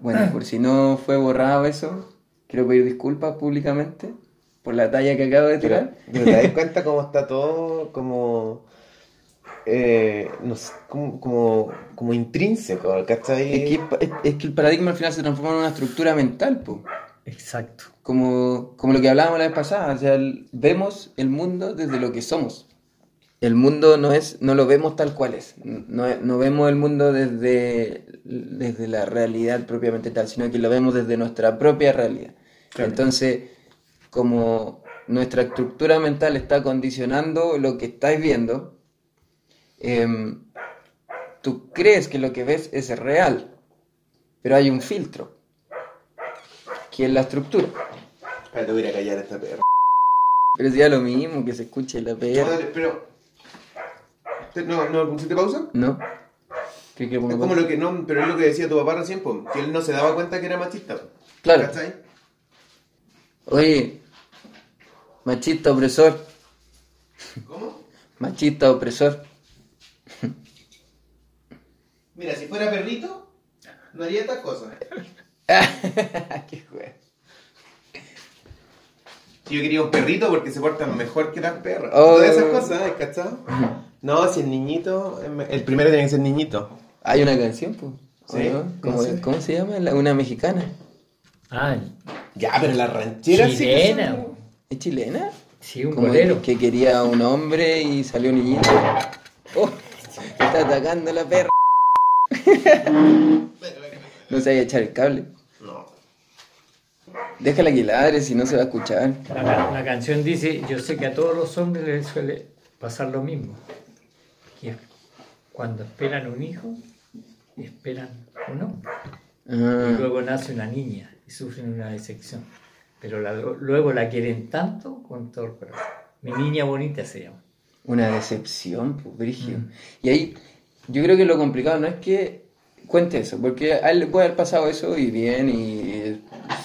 [SPEAKER 1] Bueno, por si no fue borrado eso, quiero pedir disculpas públicamente por la talla que acabo de
[SPEAKER 2] Pero,
[SPEAKER 1] tirar.
[SPEAKER 2] pero te das cuenta cómo está todo como eh, no sé, como, como, como intrínseco, ¿cachai?
[SPEAKER 1] Es, que, es pa- es- es que el paradigma al final se transforma en una estructura mental, po.
[SPEAKER 3] Exacto.
[SPEAKER 1] Como, como lo que hablábamos la vez pasada. O sea, el- vemos el mundo desde lo que somos. El mundo no es, no lo vemos tal cual es. No, no vemos el mundo desde, desde la realidad propiamente tal, sino que lo vemos desde nuestra propia realidad.
[SPEAKER 2] Claro.
[SPEAKER 1] Entonces, como nuestra estructura mental está condicionando lo que estáis viendo, em, tú crees que lo que ves es real, pero hay un filtro, que es la estructura.
[SPEAKER 2] Espérate, voy a ir a callar a esta perra.
[SPEAKER 1] Pero si da lo mismo que se escuche la
[SPEAKER 2] No,
[SPEAKER 1] PR,
[SPEAKER 2] dale, pero. te- No, no, ¿pusiste pausa?
[SPEAKER 1] ¿no? ¿Crees que lo
[SPEAKER 2] Es
[SPEAKER 1] pongo
[SPEAKER 2] como
[SPEAKER 1] pausa?
[SPEAKER 2] lo que no, pero es lo que decía tu papá recién, po, que él no se daba cuenta que era machista.
[SPEAKER 1] Claro.
[SPEAKER 2] ¿Cachai?
[SPEAKER 1] Oye, machista opresor,
[SPEAKER 2] ¿Cómo?
[SPEAKER 1] machista opresor.
[SPEAKER 2] Mira, si fuera perrito, no haría estas cosas.
[SPEAKER 1] Qué juego.
[SPEAKER 2] Si yo quería un perrito porque se portan mejor que las perras.
[SPEAKER 1] Oh.
[SPEAKER 2] Todas esas cosas, ¿eh? ¿cachai? No, si el niñito, em, el primero tiene que ser niñito.
[SPEAKER 1] Hay una canción, pues.
[SPEAKER 2] Sí,
[SPEAKER 1] ¿Cómo,
[SPEAKER 2] no sé.
[SPEAKER 1] cómo se llama? La- Una mexicana.
[SPEAKER 3] Ay,
[SPEAKER 2] Ya, pero la ranchera sí que
[SPEAKER 3] Ah, Chilena,
[SPEAKER 2] son-
[SPEAKER 3] po.
[SPEAKER 1] ¿Es chilena?
[SPEAKER 3] sí, un
[SPEAKER 1] Como
[SPEAKER 3] bolero.
[SPEAKER 1] el que quería a un hombre y salió un niñito. ¡Oh! Está atacando la perra. No se vaya a echar el cable.
[SPEAKER 2] No.
[SPEAKER 1] Déjala que ladre si no se va a escuchar.
[SPEAKER 3] La, ca- la canción dice, yo sé que a todos los hombres les suele pasar lo mismo. Que es cuando esperan un hijo, esperan un hombre. Y
[SPEAKER 1] Ah,
[SPEAKER 3] luego nace una niña y sufren una decepción. Pero la- luego la quieren tanto con todo el corazón. Mi niña bonita se llama.
[SPEAKER 1] una decepción, pues, Brigio.
[SPEAKER 3] Mm.
[SPEAKER 1] Y ahí, yo creo que lo complicado no es que cuente eso, porque a él le puede haber pasado eso y bien, y eh,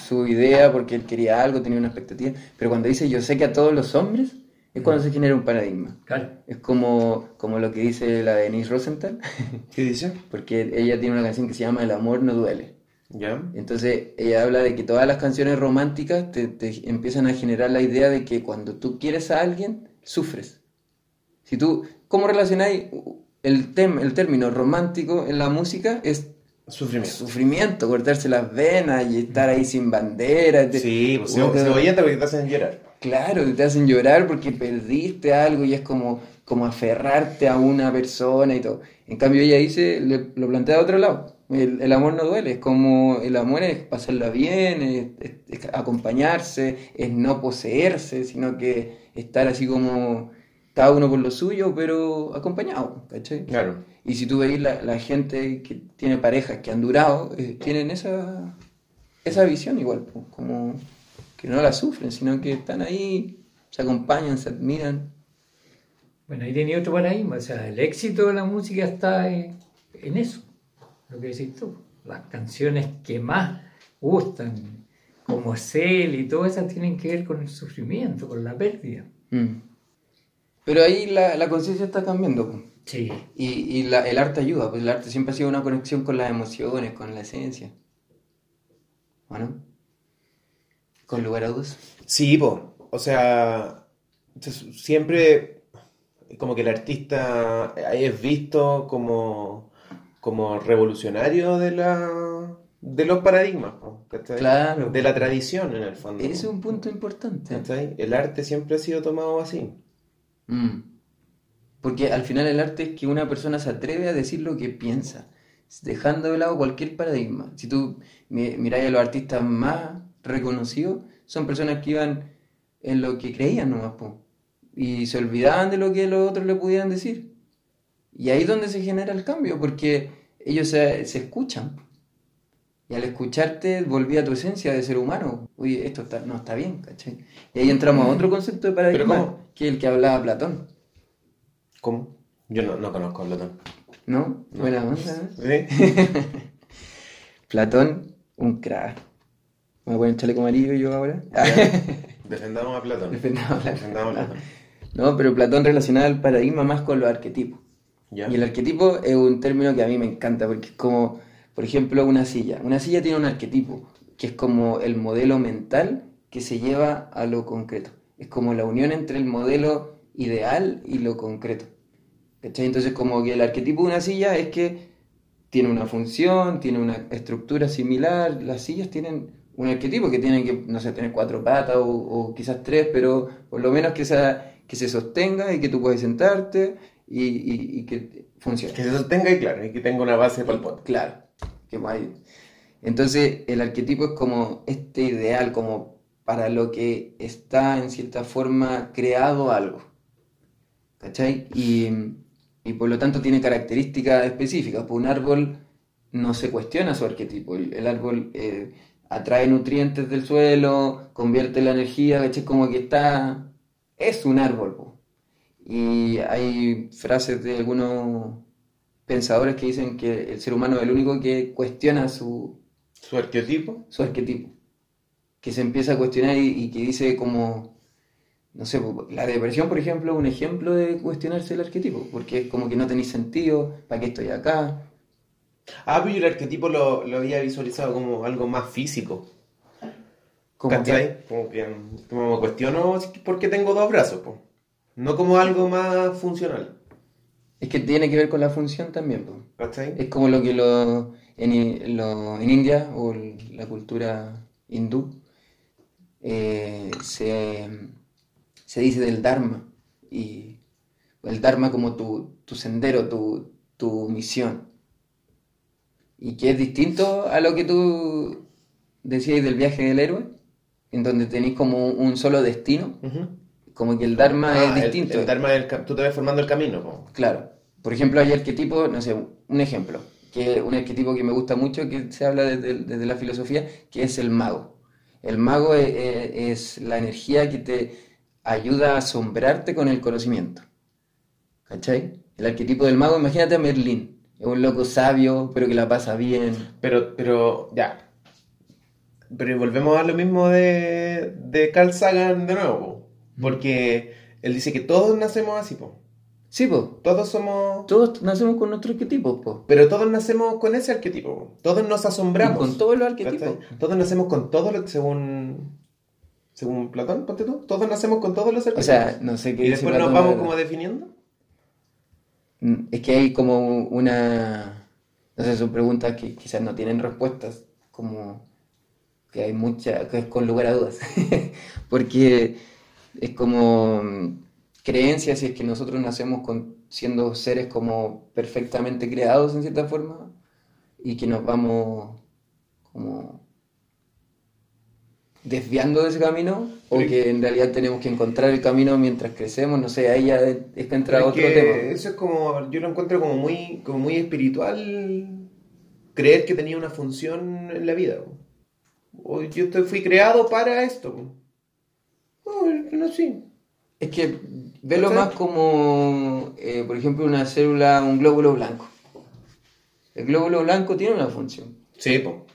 [SPEAKER 1] su idea, porque él quería algo, tenía una expectativa. Pero cuando dice yo sé que a todos los hombres, es cuando se genera un paradigma.
[SPEAKER 3] Claro.
[SPEAKER 1] Es como, como lo que dice la Denise Rosenthal,
[SPEAKER 2] ¿Qué dice?
[SPEAKER 1] porque ella tiene una canción que se llama El amor no duele.
[SPEAKER 2] ¿Ya?
[SPEAKER 1] Entonces ella habla de que todas las canciones románticas te, te empiezan a generar la idea de que cuando tú quieres a alguien, sufres. Si tú, ¿cómo relacionáis el, tem- el término romántico en la música? Es
[SPEAKER 2] Sufrimiento.
[SPEAKER 1] sufrimiento, cortarse las venas y estar ahí sin bandera. te-
[SPEAKER 2] Sí, pues
[SPEAKER 1] Bueno,
[SPEAKER 2] se cebolleta porque te hacen llorar.
[SPEAKER 1] Claro, te hacen llorar porque perdiste algo y es como, como aferrarte a una persona y todo. En cambio, ella dice, le- lo plantea de otro lado. El, el amor no duele, es como el amor es pasarla bien, es, es- es acompañarse, es no poseerse, sino que estar así como cada uno por lo suyo, pero acompañado, ¿cachai?
[SPEAKER 2] Claro.
[SPEAKER 1] Y si tú veis la, la gente que tiene parejas que han durado, eh, tienen esa, esa visión igual, po, como que no la sufren, sino que están ahí, se acompañan, se admiran.
[SPEAKER 3] Bueno, ahí tenía otro paradigma. O sea, el éxito de la música está eh, en eso. Lo que decís tú. Las canciones que más gustan, como Cel y todas esas, tienen que ver con el sufrimiento, con la pérdida.
[SPEAKER 1] Mm. Pero ahí la, la conciencia está cambiando. po.
[SPEAKER 3] Sí.
[SPEAKER 1] Y, y la- el arte ayuda, pues el arte siempre ha sido una conexión con las emociones, con la esencia. Bueno, Con lugar a dudas.
[SPEAKER 2] Sí, po. O sea, entonces, siempre como que el artista es visto como, como revolucionario de la de los paradigmas, po, ¿cachai?
[SPEAKER 1] Claro.
[SPEAKER 2] De la tradición en el fondo.
[SPEAKER 1] Ese es un punto importante.
[SPEAKER 2] ¿Cachai? El arte siempre ha sido tomado así.
[SPEAKER 1] Mm. Porque al final el arte es que una persona se atreve a decir lo que piensa, dejando de lado cualquier paradigma. Si tú mi- miráis a los artistas más reconocidos, son personas que iban en lo que creían nomás, po, y se olvidaban de lo que los otros le pudieran decir. Y ahí es donde se genera el cambio, porque ellos se, se escuchan. Y al escucharte volví a tu esencia de ser humano. Oye, esto está- no está bien, ¿cachai? Y ahí entramos a otro concepto de paradigma,
[SPEAKER 2] cómo?
[SPEAKER 1] que el que hablaba Platón.
[SPEAKER 2] ¿Cómo? Yo no, no conozco a Platón.
[SPEAKER 1] ¿No?
[SPEAKER 2] No.
[SPEAKER 1] Buena onda. ¿eh?
[SPEAKER 2] ¿Eh?
[SPEAKER 1] Platón, un crack. Me voy a poner chaleco amarillo yo ahora.
[SPEAKER 2] Defendamos a Platón.
[SPEAKER 1] Defendamos a Platón.
[SPEAKER 2] Defendamos a Platón.
[SPEAKER 1] No, pero Platón relacionaba el paradigma más con los arquetipos.
[SPEAKER 2] Ya.
[SPEAKER 1] Y el arquetipo es un término que a mí me encanta porque es como, por ejemplo, una silla. Una silla tiene un arquetipo, que es como el modelo mental que se lleva a lo concreto. Es como la unión entre el modelo ideal y lo concreto. ¿Cachai? Entonces, como que el arquetipo de una silla es que tiene una función, tiene una estructura similar. Las sillas tienen un arquetipo que tienen que, no sé, tener cuatro patas o, o quizás tres, pero por lo menos que, sea, que se sostenga y que tú puedes sentarte y, y- y que funcione.
[SPEAKER 2] Que se sostenga y claro, y que tenga una base para el podcast.
[SPEAKER 1] Claro, que hay- Entonces, el arquetipo es como este ideal, como para lo que está en cierta forma creado algo. ¿Cachai? Y, y por lo tanto tiene características específicas. Pues un árbol no se cuestiona su arquetipo. El, el árbol eh, atrae nutrientes del suelo, convierte la energía, ¿cachai? Como que está. Es un árbol, po. Y hay frases de algunos pensadores que dicen que el ser humano es el único que cuestiona su,
[SPEAKER 2] Su arquetipo.
[SPEAKER 1] su arquetipo. Que se empieza a cuestionar y, y que dice como, no sé, po, la depresión, por ejemplo, es un ejemplo de cuestionarse el arquetipo, porque es como que no tenéis sentido, ¿para qué estoy acá?
[SPEAKER 2] Ah, pero yo el arquetipo lo, lo había visualizado como algo más físico.
[SPEAKER 1] Como que,
[SPEAKER 2] ¿Cachai? Como que mm, como me cuestiono si- por qué tengo dos brazos, po. No como algo más funcional.
[SPEAKER 1] es que tiene que ver con la función también. po.
[SPEAKER 2] ¿Cachai?
[SPEAKER 1] Es como lo que lo, en, I- lo- en India o el- la cultura hindú eh, se, se dice del Dharma y el Dharma como tu, tu sendero, tu, tu misión. Y que es distinto a lo que tú decías del viaje del héroe, en donde tenéis como un solo destino,
[SPEAKER 2] Ujú.
[SPEAKER 1] como que el Dharma
[SPEAKER 2] Ah,
[SPEAKER 1] es
[SPEAKER 2] el-
[SPEAKER 1] distinto.
[SPEAKER 2] El, dharma del ca- tú te vas formando el camino, po.
[SPEAKER 1] Claro. Por ejemplo, hay arquetipo, no sé, un ejemplo, que un arquetipo que me gusta mucho, que se habla desde, desde la filosofía, que es el mago. El mago e- e- es, la energía que te ayuda a asombrarte con el conocimiento. ¿Cachai? El arquetipo del mago, imagínate a Merlín, es un loco sabio, pero que la pasa bien.
[SPEAKER 2] Pero, pero, ya. Pero volvemos a lo mismo de, de Carl Sagan de nuevo, po. Porque él dice que todos nacemos así, po.
[SPEAKER 1] Sí, po.
[SPEAKER 2] Todos somos.
[SPEAKER 1] Todos nacemos con nuestro arquetipo, po.
[SPEAKER 2] Pero todos nacemos con ese arquetipo, po. Todos nos
[SPEAKER 1] Y
[SPEAKER 2] asombramos.
[SPEAKER 1] con todos los
[SPEAKER 2] ¿Cachai?
[SPEAKER 1] arquetipos.
[SPEAKER 2] Todos nacemos con todo lo según según Platón, ponte tú, todos nacemos con todos los
[SPEAKER 1] O
[SPEAKER 2] arquetipos.
[SPEAKER 1] sea, no sé qué
[SPEAKER 2] y
[SPEAKER 1] dice
[SPEAKER 2] después
[SPEAKER 1] Platón,
[SPEAKER 2] nos
[SPEAKER 1] la
[SPEAKER 2] vamos
[SPEAKER 1] verdad.
[SPEAKER 2] como definiendo.
[SPEAKER 1] Mm, Es que hay como una... No sé, son preguntas que quizás no tienen respuestas, como que hay mucha, que es con lugar a dudas, porque es como mm, creencias si es que nosotros nacemos con, siendo seres como perfectamente creados en cierta forma y que nos vamos como desviando de ese camino o
[SPEAKER 2] Pero-
[SPEAKER 1] que en realidad tenemos que encontrar el camino mientras crecemos, no sé, ahí ya es que entra
[SPEAKER 2] Pero
[SPEAKER 1] otro
[SPEAKER 2] es que
[SPEAKER 1] tema.
[SPEAKER 2] Eso es como yo lo encuentro como muy como muy espiritual creer que tenía una función en la vida. po. O yo te- fui creado para esto. po. No, yo nací.
[SPEAKER 1] Es que velo
[SPEAKER 2] ¿Cachai?
[SPEAKER 1] más como, eh, por ejemplo, una célula, un glóbulo blanco. El glóbulo blanco tiene una función.
[SPEAKER 2] Sí, po.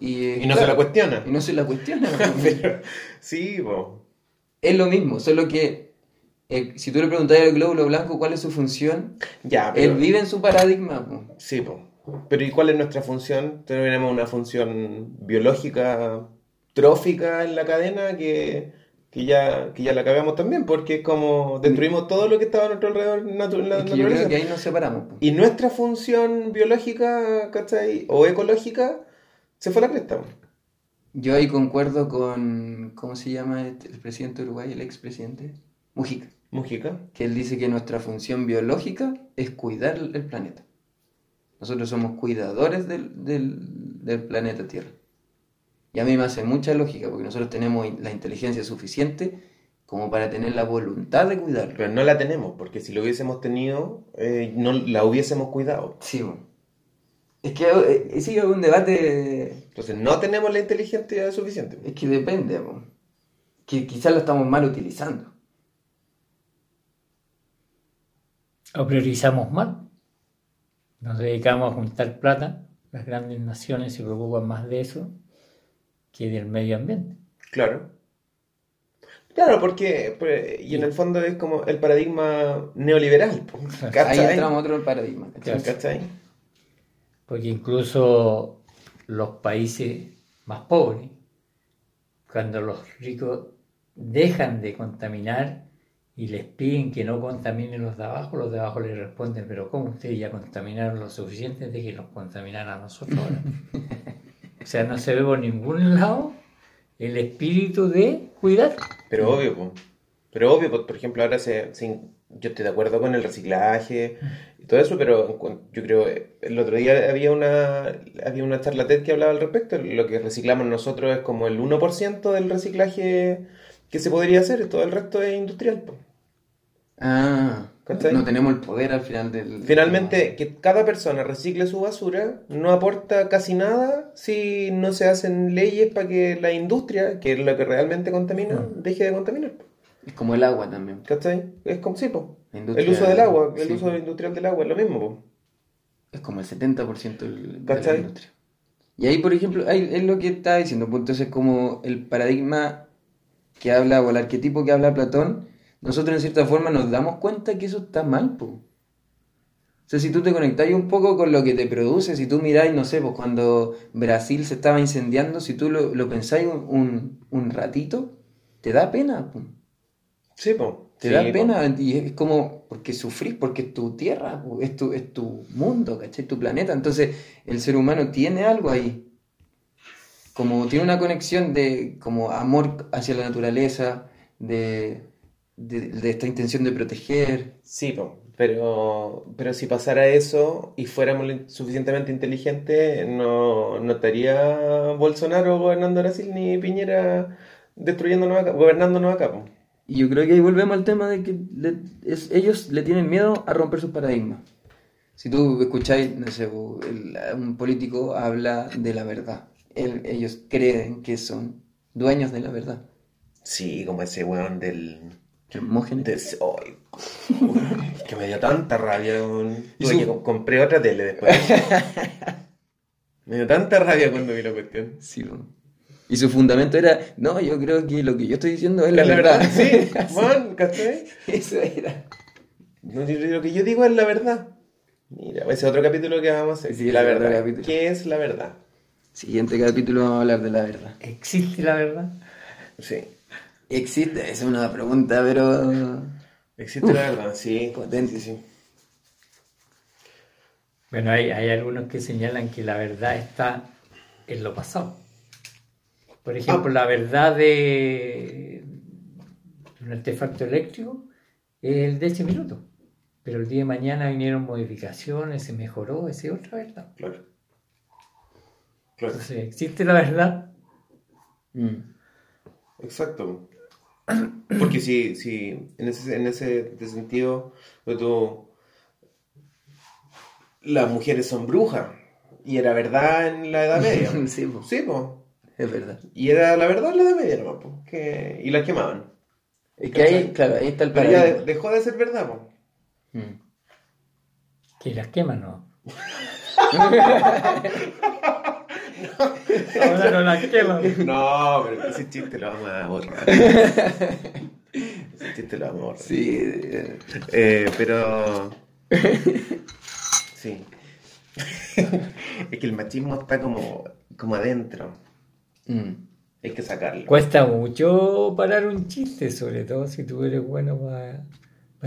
[SPEAKER 1] Y, eh,
[SPEAKER 2] Y no
[SPEAKER 1] claro,
[SPEAKER 2] se la cuestiona.
[SPEAKER 1] y no se la cuestiona.
[SPEAKER 2] Pero- sí, po.
[SPEAKER 1] es lo mismo, solo que eh, si tú le preguntas al glóbulo blanco cuál es su función,
[SPEAKER 2] Ya, Ah, pero
[SPEAKER 1] él vive en su paradigma. po.
[SPEAKER 2] Sí, po. Pero ¿y cuál es nuestra función? Tenemos una función biológica trófica en la cadena que, que ya, que ya la cagamos también, porque es como destruimos todo lo que estaba a nuestro alrededor natu- en la
[SPEAKER 1] Es que yo creo
[SPEAKER 2] naturaleza.
[SPEAKER 1] que ahí nos separamos. po.
[SPEAKER 2] Y nuestra función biológica, ¿cachai? O ecológica, se fue a la cresta. po.
[SPEAKER 1] Yo ahí concuerdo con, ¿cómo se llama este- el presidente de Uruguay, el expresidente? Mujica,
[SPEAKER 2] Mujica.
[SPEAKER 1] que él dice que nuestra función biológica es cuidar el planeta. Nosotros somos cuidadores del, del- del planeta Tierra. Y a mí me hace mucha lógica, porque nosotros tenemos in- la inteligencia suficiente como para tener la voluntad de cuidarlo.
[SPEAKER 2] Pero no la tenemos, porque si lo hubiésemos tenido, eh, no la hubiésemos cuidado.
[SPEAKER 1] Sí, bo. es que eh, eh, sí, es un debate
[SPEAKER 2] Entonces no tenemos la inteligencia suficiente.
[SPEAKER 1] Es que depende, po. que quizás lo estamos mal utilizando.
[SPEAKER 3] Lo priorizamos mal. Nos dedicamos a juntar plata. Las grandes naciones se preocupan más de eso que del medio ambiente.
[SPEAKER 2] Claro. Claro, porque pues, y en el fondo es como el paradigma neoliberal. po, ¿cachai?
[SPEAKER 1] Ahí entramos a otro paradigma. ¿cachai?
[SPEAKER 2] ¿Cachai?
[SPEAKER 3] Porque incluso los países más pobres, cuando los ricos dejan de contaminar y les piden que no contaminen los de abajo, los de abajo les responden, pero ¿cómo ustedes ya contaminaron lo suficiente de que los contaminaran a nosotros ahora? o sea, no se ve por ningún lado el espíritu de cuidar.
[SPEAKER 2] Pero obvio, po. Pero obvio, po, por ejemplo, ahora se, se in- yo estoy de acuerdo con el reciclaje
[SPEAKER 1] Mm.
[SPEAKER 2] y todo eso, pero en cuan- yo creo, eh, el otro día había una, había una charla TED que hablaba al respecto, lo que reciclamos nosotros es como el 1% del reciclaje que se podría hacer, todo el resto es industrial. po.
[SPEAKER 1] Ah,
[SPEAKER 2] ¿Cachai?
[SPEAKER 1] no tenemos el poder al final del.
[SPEAKER 2] Finalmente, que cada persona recicle su basura no aporta casi nada si no se hacen leyes para que la industria, que es lo que realmente
[SPEAKER 1] Ah.
[SPEAKER 2] contamina,
[SPEAKER 3] Mm.
[SPEAKER 2] deje de contaminar. po.
[SPEAKER 1] Es como el agua también.
[SPEAKER 2] ¿Cachai? Es como, sí, po.
[SPEAKER 1] La
[SPEAKER 2] El
[SPEAKER 1] industria-
[SPEAKER 2] uso del agua, el
[SPEAKER 1] sí.
[SPEAKER 2] uso industrial del agua, es lo mismo, po.
[SPEAKER 1] Es como el 70% del- de la
[SPEAKER 2] ¿Cachai?
[SPEAKER 1] industria. Y ahí, por ejemplo, ahí es lo que está diciendo. pues, Entonces, como el paradigma que habla, o el arquetipo que habla Platón, nosotros en cierta forma nos damos cuenta que eso está mal, po. O sea, si tú te conectás un poco con lo que te produce, si tú mirás, no sé, pues cuando Brasil se estaba incendiando, si tú lo, lo pensás un, un, un ratito, te da pena, pues. po.
[SPEAKER 2] Sí, po.
[SPEAKER 1] Te
[SPEAKER 2] Sí,
[SPEAKER 1] da
[SPEAKER 2] po.
[SPEAKER 1] pena y es como porque sufrís, porque es tu tierra, po, es tu, es tu mundo, ¿cachai? Tu planeta. Entonces el ser humano tiene algo ahí. Como tiene una conexión de como amor hacia la naturaleza, de, de, de esta intención de proteger.
[SPEAKER 2] Sí, po. Pero, pero si pasara eso y fuéramos lo suficientemente inteligentes, no, no estaría Bolsonaro gobernando Brasil ni Piñera destruyéndonos acá, gobernándonos acá, po.
[SPEAKER 1] Y yo creo que ahí volvemos al tema de que le- es- ellos le tienen miedo a romper sus paradigmas. Si tú escucháis, no sé, po, el- un político habla de la verdad. Él- ellos creen que son dueños de la verdad.
[SPEAKER 2] Sí, como ese weón del.
[SPEAKER 1] Hermógenes.
[SPEAKER 2] del- ay, weón, es que me dio tanta rabia. weón.
[SPEAKER 1] Y
[SPEAKER 2] Tuve
[SPEAKER 1] su-
[SPEAKER 2] que co- compré otra tele después. me dio tanta rabia cuando vi la cuestión.
[SPEAKER 1] Sí, po. Y su fundamento era, no, yo creo que lo que yo estoy diciendo es la, verdad.
[SPEAKER 2] sí, weón, ¿cachai?
[SPEAKER 1] Eso era.
[SPEAKER 2] No, yo- yo- lo que yo digo es la verdad. Mira, ese otro capítulo que vamos a hacer.
[SPEAKER 1] Sí,
[SPEAKER 2] la
[SPEAKER 1] ese otro
[SPEAKER 2] verdad.
[SPEAKER 1] capítulo.
[SPEAKER 2] ¿Qué es la verdad?
[SPEAKER 1] Siguiente capítulo vamos a hablar de la verdad.
[SPEAKER 3] ¿Existe la verdad?
[SPEAKER 2] Sí.
[SPEAKER 1] Existe, es una pregunta, pero...
[SPEAKER 2] Existe la verdad, sí.
[SPEAKER 1] Potente.
[SPEAKER 2] Sí, sí.
[SPEAKER 3] Bueno, hay, hay algunos que señalan que la verdad está en lo pasado. Por ejemplo, la verdad de un artefacto eléctrico es el de ese minuto. Pero el día de mañana vinieron modificaciones, se mejoró, esa es otra verdad.
[SPEAKER 2] Claro. Claro.
[SPEAKER 3] Entonces, existe la verdad.
[SPEAKER 1] Mm.
[SPEAKER 2] Exacto. Porque si, si en ese, en ese de sentido, pues tú- las mujeres son brujas. Y era verdad en la Edad Media.
[SPEAKER 1] Sí, po,
[SPEAKER 2] Sí, po.
[SPEAKER 1] es verdad.
[SPEAKER 2] Y era la verdad en la Edad Media, nomás, po, que- Y las quemaban.
[SPEAKER 1] Es que ahí, claro, ahí está el
[SPEAKER 2] Pero ya de-
[SPEAKER 1] paradigma.
[SPEAKER 2] dejó de ser verdad, po.
[SPEAKER 1] Mm.
[SPEAKER 3] Que las queman, ¿no? Ahora no las queman.
[SPEAKER 2] No, pero ese chiste lo vamos a borrar. Ese chiste lo vamos a borrar.
[SPEAKER 1] Sí, eh,
[SPEAKER 2] Eh, pero. Sí. es que el machismo está como, como adentro.
[SPEAKER 1] mm.
[SPEAKER 2] Hay que sacarlo.
[SPEAKER 3] Cuesta mucho parar un chiste, sobre todo si tú eres bueno para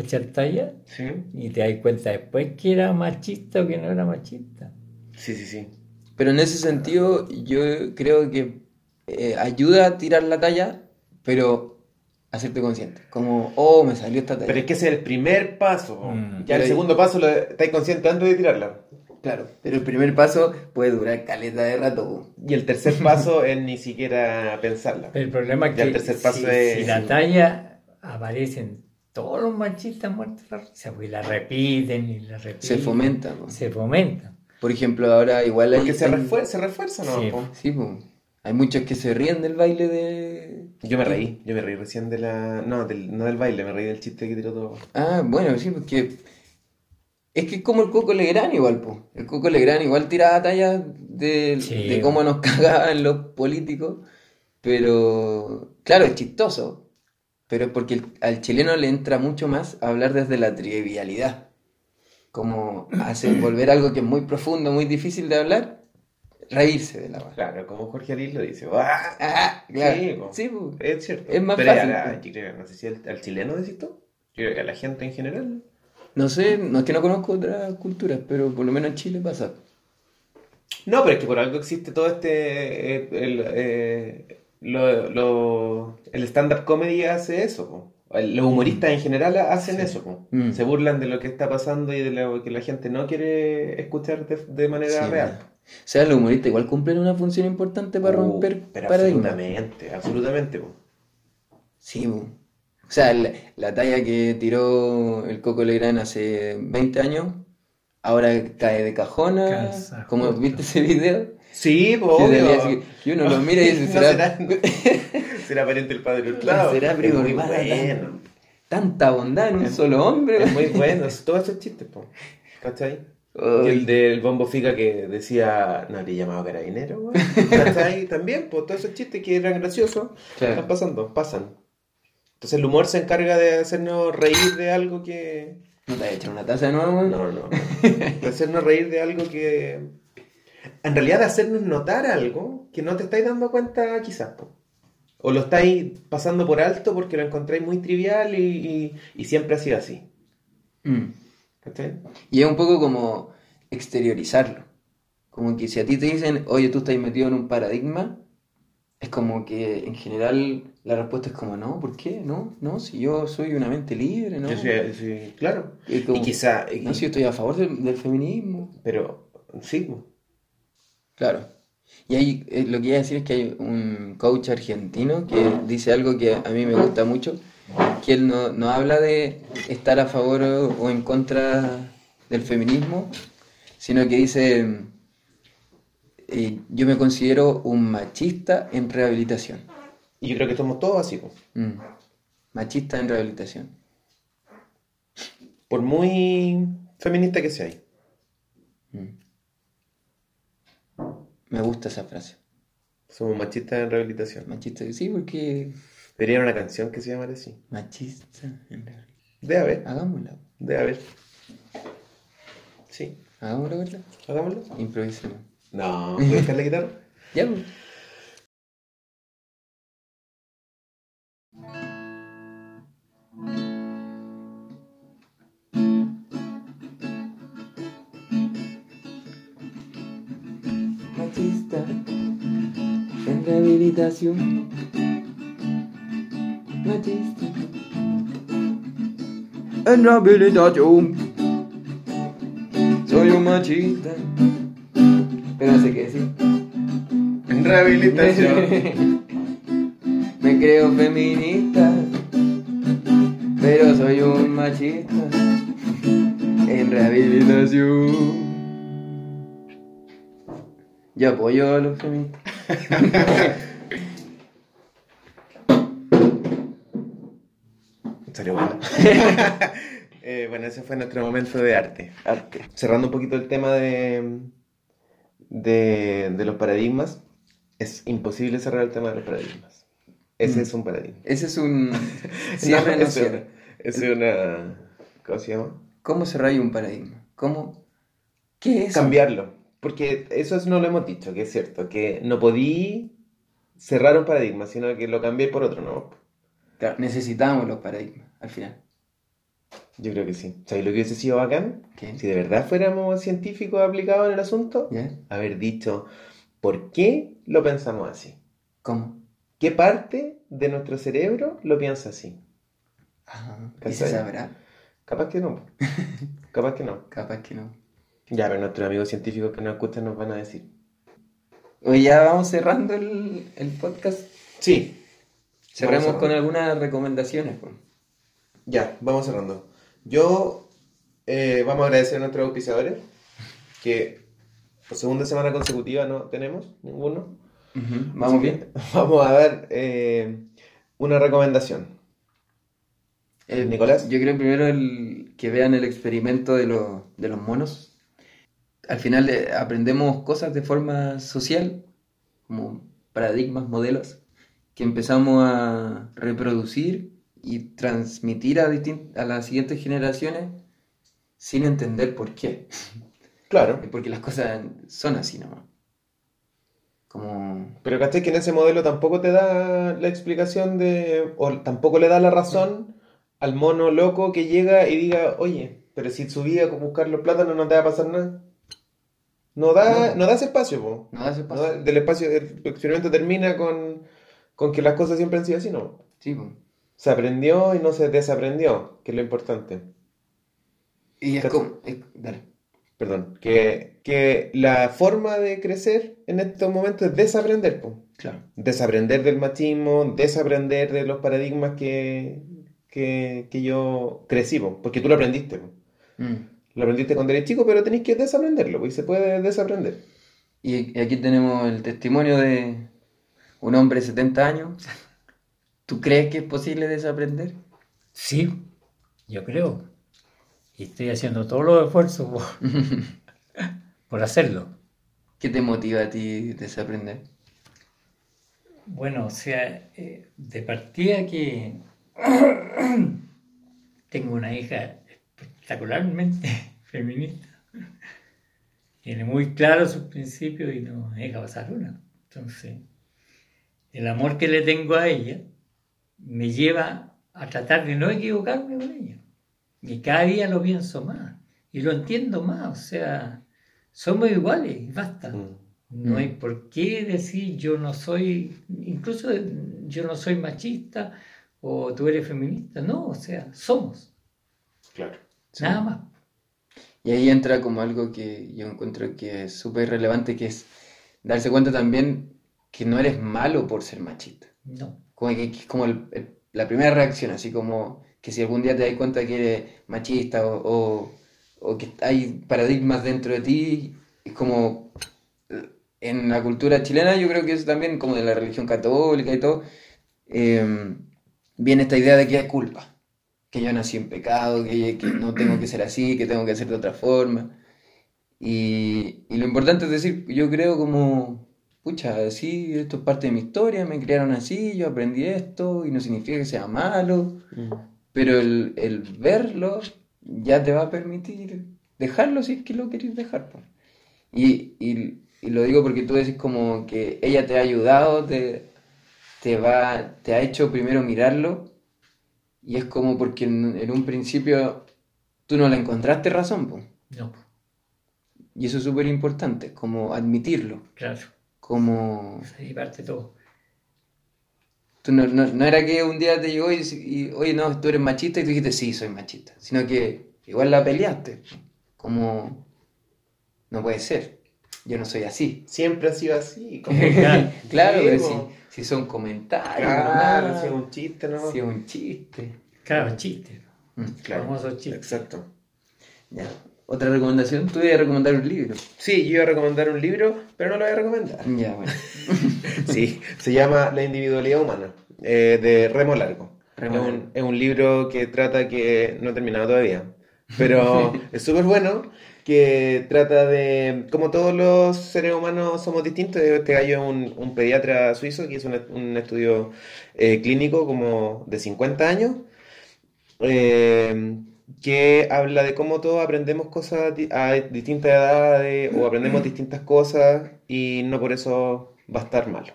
[SPEAKER 3] echar talla
[SPEAKER 2] ¿Sí?
[SPEAKER 3] y te das cuenta después que era machista o que no era machista.
[SPEAKER 2] Sí, sí, sí.
[SPEAKER 1] Pero en ese sentido, yo creo que eh, ayuda a tirar la talla, pero hacerte consciente. Como, oh, me salió esta talla.
[SPEAKER 2] Pero es que ese es el primer paso. po.
[SPEAKER 3] Mm.
[SPEAKER 2] Ya
[SPEAKER 1] Pero-
[SPEAKER 2] el segundo paso lo estáis consciente antes de tirarla.
[SPEAKER 1] Claro, pero el primer paso puede durar caleta de rato.
[SPEAKER 2] Y el tercer paso es ni siquiera pensarla.
[SPEAKER 3] Pero el problema es
[SPEAKER 2] Ya
[SPEAKER 3] que
[SPEAKER 2] el tercer paso
[SPEAKER 3] si,
[SPEAKER 2] es-
[SPEAKER 3] si la talla aparecen todos los machistas muertos de la risa, pues, y la repiten y la repiten.
[SPEAKER 1] Se fomenta. po.
[SPEAKER 3] Se fomenta.
[SPEAKER 1] Por ejemplo, ahora igual hay...
[SPEAKER 2] Porque se,
[SPEAKER 1] hay-
[SPEAKER 2] refuer- se refuerza, ¿no?
[SPEAKER 3] eh, Sí.
[SPEAKER 2] Po.
[SPEAKER 1] Sí, po. Hay muchos que se ríen del baile de...
[SPEAKER 2] Yo me reí, yo me reí recién de la. No, del, no del baile, me reí del chiste que tiró todo.
[SPEAKER 1] Ah, bueno, sí, porque... Es que es como el Coco Legrand igual, po. El Coco Legrand igual tiraba tallas de,
[SPEAKER 3] Sí,
[SPEAKER 1] de
[SPEAKER 3] po.
[SPEAKER 1] cómo nos cagaban los políticos. Pero... Claro, es chistoso. Pero es porque el- al chileno le entra mucho más a hablar desde la trivialidad. Como hacer volver algo que es muy profundo, muy difícil de hablar, reírse de la weá.
[SPEAKER 2] Claro, como Jorge Alís lo dice. ¡ah!
[SPEAKER 1] Ah, claro.
[SPEAKER 2] Sí, po.
[SPEAKER 1] Sí, po.
[SPEAKER 2] Es cierto.
[SPEAKER 1] Es más
[SPEAKER 2] Pero
[SPEAKER 1] fácil, pues.
[SPEAKER 2] a la-
[SPEAKER 1] po.
[SPEAKER 2] yo creo, no sé si al, al chileno decís tú. Yo creo que a la gente en general.
[SPEAKER 1] No sé, no es que no conozco otras culturas, pero por lo menos en Chile pasa.
[SPEAKER 2] No, pero es que por algo existe todo este. eh, el, eh, lo, lo- el stand-up comedy hace eso. po. El- Los humoristas en general hacen eso. po.
[SPEAKER 1] Mm.
[SPEAKER 2] Se burlan de lo que está pasando y de lo que la gente no quiere escuchar de, de manera
[SPEAKER 1] Sí,
[SPEAKER 2] real.
[SPEAKER 1] O sea, los humoristas igual cumplen una función importante para
[SPEAKER 2] Uh,
[SPEAKER 1] romper
[SPEAKER 2] pero
[SPEAKER 1] paradigmas.
[SPEAKER 2] absolutamente, absolutamente. po.
[SPEAKER 1] Sí, po. o sea, la, la talla que tiró el Coco Legrand hace 20 años, ahora cae de cajona.
[SPEAKER 3] Casa,
[SPEAKER 1] como
[SPEAKER 3] justo.
[SPEAKER 1] viste ese video,
[SPEAKER 2] Sí, po,
[SPEAKER 1] que,
[SPEAKER 2] obvio.
[SPEAKER 1] salía así, y uno lo mira y dice,
[SPEAKER 2] No
[SPEAKER 1] será,
[SPEAKER 2] Será pariente el padre Hurtado.
[SPEAKER 1] será
[SPEAKER 2] Es
[SPEAKER 1] primo
[SPEAKER 2] muy
[SPEAKER 1] hermano,
[SPEAKER 2] bueno.
[SPEAKER 1] tanta bondad en un
[SPEAKER 2] Es-
[SPEAKER 1] solo hombre.
[SPEAKER 2] Es muy bueno. es- Todos esos chistes, po. ¿Cachai? Y el
[SPEAKER 1] Ay,
[SPEAKER 2] del bombo fica que decía, no, le llamaba carabinero, weón. ¿Cachai? También, pues todos esos chistes que eran graciosos
[SPEAKER 1] claro.
[SPEAKER 2] están pasando, pasan. Entonces el humor se encarga de hacernos reír de algo que...
[SPEAKER 1] ¿No te has echado una taza de nuevo? weón?
[SPEAKER 2] No, no. De hacernos reír de algo que... En realidad de hacernos notar algo que no te estáis dando cuenta quizás. po. O lo estáis pasando por alto porque lo encontráis muy trivial y, y- y siempre ha sido así.
[SPEAKER 1] Mm.
[SPEAKER 2] ¿Cachai?
[SPEAKER 1] Y es un poco como exteriorizarlo. Como que si a ti te dicen, oye, tú estás metido en un paradigma, es como que en general la respuesta es como, no, ¿por qué? No, no, si yo soy una mente libre, ¿no?
[SPEAKER 2] Yo soy- soy- claro.
[SPEAKER 1] Y como,
[SPEAKER 2] Y quizá... y-
[SPEAKER 1] no, si yo estoy a favor del, del feminismo.
[SPEAKER 2] Pero sí, po.
[SPEAKER 1] Claro. Y hay, eh, lo que iba a decir es que hay un coach argentino que dice algo que a mí me gusta mucho, que él no, no habla de estar a favor o, o en contra del feminismo, sino que dice, mm, eh, yo me considero un machista en rehabilitación.
[SPEAKER 2] Y yo creo que somos todos así. po.
[SPEAKER 1] Mm. Machista en rehabilitación.
[SPEAKER 2] Por muy feminista que seáis.
[SPEAKER 1] Mm. Me gusta esa frase.
[SPEAKER 2] Somos machistas en rehabilitación.
[SPEAKER 1] Machista, sí, porque
[SPEAKER 2] Debería haber una canción que se llamara así.
[SPEAKER 1] machista en rehabilitación.
[SPEAKER 2] Debe haber,
[SPEAKER 1] Hagámosla.
[SPEAKER 2] debe haber. Sí,
[SPEAKER 1] Hagámosla, ¿verdad?
[SPEAKER 2] hagámoslo.
[SPEAKER 1] Improvisemos.
[SPEAKER 2] No, ¿puedes dejar la guitarra?
[SPEAKER 1] Ya, pues. Machista en rehabilitación. Machista en rehabilitación. Soy un machista. Pero no sé qué decir.
[SPEAKER 2] En rehabilitación.
[SPEAKER 1] Me creo feminista, pero soy un machista en rehabilitación. Yo apoyo a los feministas.
[SPEAKER 2] Salió bueno. Eh, bueno, ese fue nuestro momento de arte.
[SPEAKER 1] Ah. Arte.
[SPEAKER 2] Cerrando un poquito el tema de, de, de los paradigmas, es imposible cerrar el tema de los paradigmas. Ese
[SPEAKER 1] Mm.
[SPEAKER 2] es un paradigma.
[SPEAKER 1] Ese es un cierre
[SPEAKER 2] No,
[SPEAKER 1] no,
[SPEAKER 2] es
[SPEAKER 1] cierre.
[SPEAKER 2] Es una. ¿Cómo se llama?
[SPEAKER 1] ¿Cómo cerrar un paradigma? ¿Cómo? ¿Qué es? eso?
[SPEAKER 2] Cambiarlo. Porque eso es- no lo hemos dicho, que es cierto, que no podí cerrar un paradigma, sino que lo cambié por otro, ¿no?
[SPEAKER 1] Claro, necesitamos los paradigmas al final.
[SPEAKER 2] Yo creo que sí. ¿Sabéis lo que hubiese sido bacán?
[SPEAKER 1] ¿Qué?
[SPEAKER 2] Si de verdad fuéramos científicos aplicados en el asunto,
[SPEAKER 1] ¿Ya?
[SPEAKER 2] haber dicho, ¿por qué lo pensamos así?
[SPEAKER 1] ¿Cómo?
[SPEAKER 2] ¿Qué parte de nuestro cerebro lo piensa así?
[SPEAKER 1] Ah, ¿Y se
[SPEAKER 2] ¿Cachai?
[SPEAKER 1] sabrá?
[SPEAKER 2] Capaz que no. Capaz que no.
[SPEAKER 1] Capaz que no.
[SPEAKER 2] Ya, pero nuestros amigos científicos que nos escuchan nos van a decir.
[SPEAKER 1] Oye, ya vamos cerrando el, el podcast.
[SPEAKER 2] Sí,
[SPEAKER 1] Cerremos
[SPEAKER 2] cerrando.
[SPEAKER 1] con algunas recomendaciones. pues. po.
[SPEAKER 2] Ya, vamos cerrando. Yo eh, vamos a agradecer a nuestros auspiciadores, que por segunda semana consecutiva no tenemos ninguno.
[SPEAKER 1] Vamos
[SPEAKER 2] Así que
[SPEAKER 1] bien.
[SPEAKER 2] Vamos a dar eh, una recomendación.
[SPEAKER 1] Eh,
[SPEAKER 2] Nicolás.
[SPEAKER 1] Yo creo primero el, que vean el experimento de, los- de los monos. Al final eh, aprendemos cosas de forma social, como paradigmas, modelos, que empezamos a reproducir y transmitir a, distin- a las siguientes generaciones sin entender por qué.
[SPEAKER 2] Claro,
[SPEAKER 1] Porque las cosas son así nomás. Como...
[SPEAKER 2] pero caché que en ese modelo tampoco te da la explicación de, o tampoco le da la razón al mono loco que llega y diga, oye, pero si subía a buscar los plátanos no te va a pasar nada. No da,
[SPEAKER 1] No.
[SPEAKER 2] no da ese espacio, po.
[SPEAKER 1] No da ese
[SPEAKER 2] ¿no?
[SPEAKER 1] paso.
[SPEAKER 2] Del espacio, el experimento termina con, con que las cosas siempre han sido así, ¿no?
[SPEAKER 1] Sí, po.
[SPEAKER 2] Se aprendió y no se desaprendió, que es lo importante.
[SPEAKER 1] Y es
[SPEAKER 2] Cat-
[SPEAKER 1] como... es- dale.
[SPEAKER 2] Perdón, que, que la forma de crecer en estos momentos es desaprender, po.
[SPEAKER 1] Claro.
[SPEAKER 2] Desaprender del machismo, desaprender de los paradigmas que, que, que yo crecí, po. Porque tú lo aprendiste, po.
[SPEAKER 1] Mm.
[SPEAKER 2] Lo aprendiste cuando eres chico, pero tenés que desaprenderlo, po, y se puede desaprender.
[SPEAKER 1] Y aquí tenemos el testimonio de un hombre de 70 años. ¿Tú crees que es posible desaprender?
[SPEAKER 3] Sí, yo creo. Y estoy haciendo todos los esfuerzos por, por hacerlo.
[SPEAKER 1] ¿Qué te motiva a ti desaprender?
[SPEAKER 3] Bueno, o sea, eh, de partida que tengo una hija espectacularmente feminista. Tiene muy claro sus principios y no me deja pasar una. Entonces, el amor que le tengo a ella me lleva a tratar de no equivocarme con ella. Y cada día lo pienso más y lo entiendo más. O sea, somos iguales y basta. No
[SPEAKER 1] Mm.
[SPEAKER 3] hay por qué decir yo no soy, incluso yo no soy machista o tú eres feminista. No, o sea, somos,
[SPEAKER 2] Claro.
[SPEAKER 3] nada más.
[SPEAKER 1] Y ahí entra como algo que yo encuentro que es súper relevante, que es darse cuenta también que no eres malo por ser machista.
[SPEAKER 3] No,
[SPEAKER 1] Como que que es como el- el- la primera reacción, así como que si algún día te das cuenta que eres machista o, o- o que hay paradigmas dentro de ti, es como eh, en la cultura chilena, yo creo que es también como de la religión católica y todo, eh, viene esta idea de que hay culpa, que yo nací en pecado, que, que no tengo que ser así, que tengo que ser de otra forma. Y, y lo importante es decir, yo creo como, pucha, sí, esto es parte de mi historia, me criaron así, yo aprendí esto, y no significa que sea malo,
[SPEAKER 3] Mm.
[SPEAKER 1] pero el, el verlo ya te va a permitir dejarlo si es que lo querés dejar. po. Y, y- y lo digo porque tú decís como que ella te ha ayudado, te, te, va, te ha hecho primero mirarlo, y es como porque en, en un principio tú no le encontraste razón, po.
[SPEAKER 3] no,
[SPEAKER 1] Y eso es súper importante, como admitirlo,
[SPEAKER 3] claro,
[SPEAKER 1] como...
[SPEAKER 3] ahí parte todo.
[SPEAKER 1] Tú no, no- no era que un día te llegó y, y, oye, no, tú eres machista y tú dijiste, sí, soy machista, sino que igual la peleaste, como... No puede ser, yo no soy así.
[SPEAKER 2] Siempre ha sido así. como-
[SPEAKER 3] Claro,
[SPEAKER 1] Claro, pero
[SPEAKER 2] po.
[SPEAKER 1] si, si son comentarios,
[SPEAKER 2] Claro,
[SPEAKER 1] nomás,
[SPEAKER 2] si es un chiste, ¿no?
[SPEAKER 1] si es un chiste.
[SPEAKER 3] Claro, chiste,
[SPEAKER 1] Mm,
[SPEAKER 3] famoso chiste.
[SPEAKER 2] Exacto.
[SPEAKER 1] Ya. Otra recomendación, tú ibas a recomendar un libro. Ah,
[SPEAKER 2] Sí, yo iba a recomendar un libro, pero no lo voy a recomendar.
[SPEAKER 1] Ya, bueno.
[SPEAKER 2] Sí, se llama La individualidad humana, eh, de Remo Largo.
[SPEAKER 1] Remo
[SPEAKER 2] es, un,
[SPEAKER 1] Largo.
[SPEAKER 2] es un libro que trata que no he terminado todavía, pero es súper bueno, que trata de, como todos los seres humanos somos distintos, este gallo es un, un pediatra suizo que hizo un, un estudio eh, clínico como de 50 años, eh, que habla de cómo todos aprendemos cosas di- a distintas edades o aprendemos distintas cosas y no por eso va a estar malo.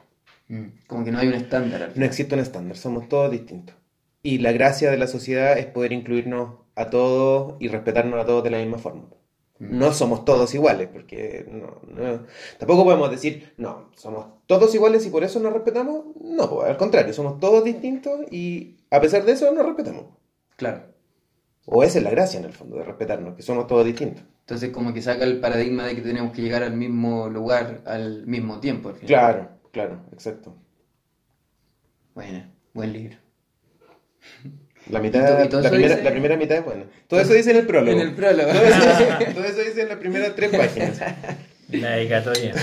[SPEAKER 1] Mm, Como que no hay un estándar. al
[SPEAKER 2] No
[SPEAKER 1] final.
[SPEAKER 2] existe un estándar, somos todos distintos. Y la gracia de la sociedad es poder incluirnos a todos y respetarnos a todos de la misma forma.
[SPEAKER 1] Mm,
[SPEAKER 2] No somos todos iguales, porque no, no- tampoco podemos decir, no, somos todos iguales y por eso nos respetamos. No, pues, al contrario, somos todos distintos y a pesar de eso nos respetamos.
[SPEAKER 1] Claro.
[SPEAKER 2] O esa es la gracia en el fondo de respetarnos, que somos todos distintos.
[SPEAKER 1] Entonces como que saca el paradigma de que tenemos que llegar al mismo lugar al mismo tiempo. al final.
[SPEAKER 2] Claro, claro, exacto.
[SPEAKER 1] Bueno, buen libro.
[SPEAKER 2] La mitad,
[SPEAKER 1] Y todo
[SPEAKER 2] la,
[SPEAKER 1] eso
[SPEAKER 2] primera,
[SPEAKER 1] dice-
[SPEAKER 2] la primera mitad es buena. Todo eso dice en el prólogo.
[SPEAKER 1] En el prólogo.
[SPEAKER 2] Todo eso, todo eso dice en las primeras tres páginas.
[SPEAKER 3] La dedicatoria.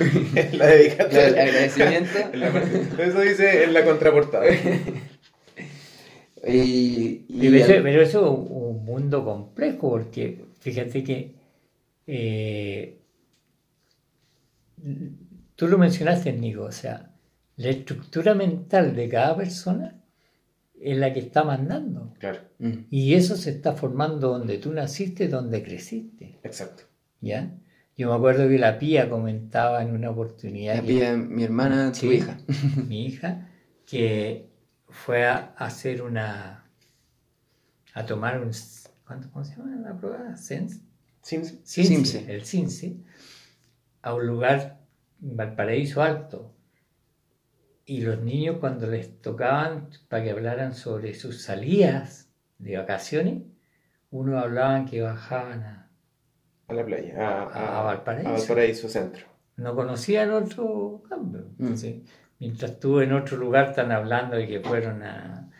[SPEAKER 2] la dedicatoria.
[SPEAKER 1] El agradecimiento.
[SPEAKER 2] En la- todo eso dice en la contraportada.
[SPEAKER 1] y, y-
[SPEAKER 3] Pero eso, pero eso es un- un mundo complejo, porque fíjate que eh, tú lo mencionaste, Nico, o sea, la estructura mental de cada persona es la que está mandando.
[SPEAKER 2] Claro,
[SPEAKER 1] Mm,
[SPEAKER 3] Y eso se está formando donde tú naciste, donde creciste,
[SPEAKER 2] exacto.
[SPEAKER 3] ¿ya? Yo me acuerdo que la Pía comentaba en una oportunidad
[SPEAKER 1] la
[SPEAKER 3] que-
[SPEAKER 1] pide mi hermana, tu
[SPEAKER 3] Sí.
[SPEAKER 1] hija.
[SPEAKER 3] mi hija, que fue a hacer una. a tomar un. ¿cuánto, ¿Cómo se llama la prueba? ¿Sens?
[SPEAKER 2] Sims.
[SPEAKER 3] Cince,
[SPEAKER 1] Cince.
[SPEAKER 3] El Cince, a un lugar en Valparaíso Alto. Y los niños, cuando les tocaban para que hablaran sobre sus salidas de vacaciones, unos hablaban que bajaban a.
[SPEAKER 2] A la playa. A,
[SPEAKER 3] A Valparaíso.
[SPEAKER 2] A Valparaíso Centro.
[SPEAKER 3] no conocían otro cambio. Entonces, mientras tú en otro lugar están hablando de que fueron a,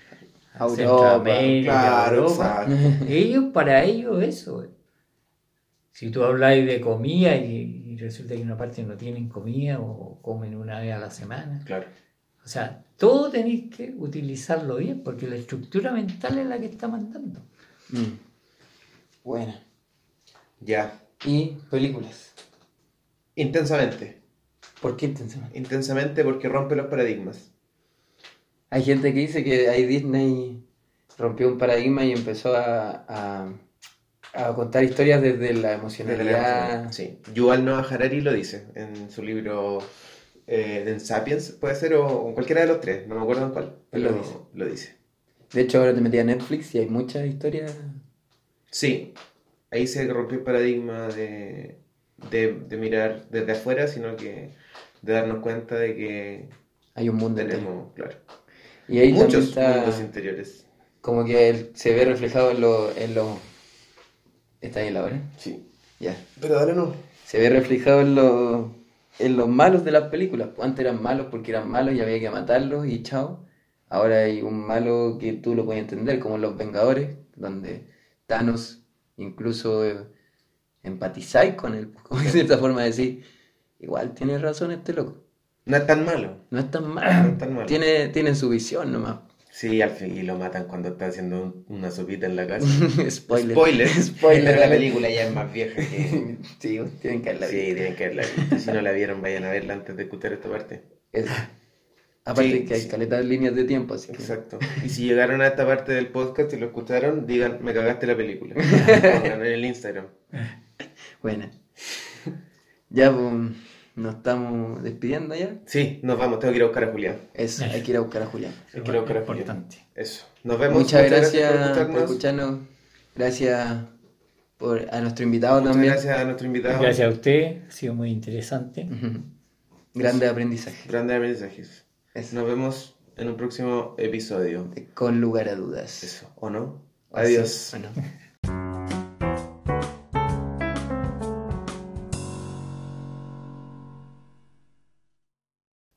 [SPEAKER 1] A Europa,
[SPEAKER 3] Centroamérica, a
[SPEAKER 2] Claro,
[SPEAKER 3] Europa,
[SPEAKER 2] exacto.
[SPEAKER 3] ellos, para ellos, eso. es. Si tú habláis de comida y, y resulta que en una parte no tienen comida o comen una vez a la semana.
[SPEAKER 2] Claro.
[SPEAKER 3] O sea, todo tenéis que utilizarlo bien porque la estructura mental es la que está mandando.
[SPEAKER 1] Mm. Buena.
[SPEAKER 2] Ya.
[SPEAKER 1] Y películas.
[SPEAKER 2] Intensamente.
[SPEAKER 1] ¿Por qué intensamente?
[SPEAKER 2] Intensamente porque rompe los paradigmas.
[SPEAKER 1] Hay gente que dice que ahí Disney rompió un paradigma y empezó a, a- a contar historias desde la emocionalidad.
[SPEAKER 2] Sí. Yuval Noah Harari lo dice en su libro eh, en Sapiens, puede ser, o, o cualquiera de los tres, no me acuerdo en cuál.
[SPEAKER 1] Él lo
[SPEAKER 2] pero
[SPEAKER 1] dice.
[SPEAKER 2] Lo dice.
[SPEAKER 1] De hecho, ahora te metí a Netflix y hay muchas historias.
[SPEAKER 2] Sí, ahí se rompió el paradigma de, de, de mirar desde afuera, sino que de darnos cuenta de que
[SPEAKER 1] Hay un mundo entero.
[SPEAKER 2] tenemos, claro,
[SPEAKER 1] Y ahí también
[SPEAKER 2] muchos
[SPEAKER 1] está
[SPEAKER 2] mundos interiores.
[SPEAKER 1] como que él se ve reflejado en lo, en lo... ¿Está ahí la hora?
[SPEAKER 2] Sí,
[SPEAKER 1] Ya.
[SPEAKER 2] pero dale no.
[SPEAKER 1] Se ve reflejado en, lo- en los malos de las películas. Pues Antes eran malos porque eran malos y había que matarlos y chao. Ahora hay un malo que tú lo puedes entender, como Los Vengadores, donde Thanos incluso eh, empatizáis con él, como de cierta forma de decir, igual tiene razón este loco.
[SPEAKER 2] No es tan malo.
[SPEAKER 1] No es tan
[SPEAKER 2] No
[SPEAKER 1] malo.
[SPEAKER 2] es tan malo.
[SPEAKER 1] Tiene, tiene su visión nomás.
[SPEAKER 2] Sí, al fin, y lo matan cuando está haciendo un- una sopita en la casa.
[SPEAKER 1] Spoiler.
[SPEAKER 2] Spoiler.
[SPEAKER 1] Spoiler.
[SPEAKER 2] La película ya es más vieja que...
[SPEAKER 1] Sí, tienen que haberla
[SPEAKER 2] Sí,
[SPEAKER 1] visto.
[SPEAKER 2] tienen que verla. Y Si no la vieron, vayan a verla antes de escuchar esta parte.
[SPEAKER 1] Eso. Aparte
[SPEAKER 2] Sí,
[SPEAKER 1] que hay
[SPEAKER 2] sí.
[SPEAKER 1] caletas líneas de tiempo, así que...
[SPEAKER 2] Exacto. Y si llegaron a esta parte del podcast y lo escucharon, digan, me cagaste la película. Pongan en el Instagram.
[SPEAKER 1] Buena. Ya, pues, nos estamos despidiendo ya.
[SPEAKER 2] Sí, nos vamos, tengo que ir a buscar a Julián.
[SPEAKER 1] Eso, hay que ir a buscar a Julián.
[SPEAKER 2] Hay que ir a buscar a Julián.
[SPEAKER 3] Importante.
[SPEAKER 2] Eso. Nos vemos.
[SPEAKER 1] Muchas gracias
[SPEAKER 2] por
[SPEAKER 1] por
[SPEAKER 2] escucharnos.
[SPEAKER 1] escucharnos. Gracias por, a nuestro invitado
[SPEAKER 2] Muchas
[SPEAKER 1] también.
[SPEAKER 2] gracias a nuestro invitado.
[SPEAKER 3] Gracias a usted, ha sido muy interesante.
[SPEAKER 1] Ujú. Grande aprendizaje.
[SPEAKER 2] Grandes mensajes.
[SPEAKER 1] Eso.
[SPEAKER 2] Nos vemos en un próximo episodio.
[SPEAKER 1] Con lugar a dudas.
[SPEAKER 2] Eso, ¿o no? Adiós.
[SPEAKER 1] Sí, bueno.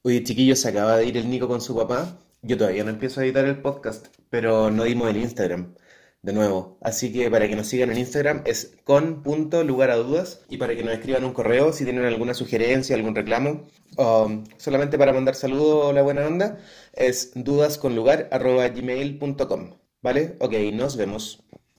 [SPEAKER 2] Oye, chiquillos, se acaba de ir el Nico con su papá. Yo todavía no empiezo a editar el podcast, pero no dimos el Instagram. De nuevo, así que para que nos sigan en Instagram es con.lugaradudas y para que nos escriban un correo si tienen alguna sugerencia, algún reclamo, um, solamente para mandar saludos o la buena onda, es dudasconlugar.gmail.com. ¿Vale? Ok, nos vemos.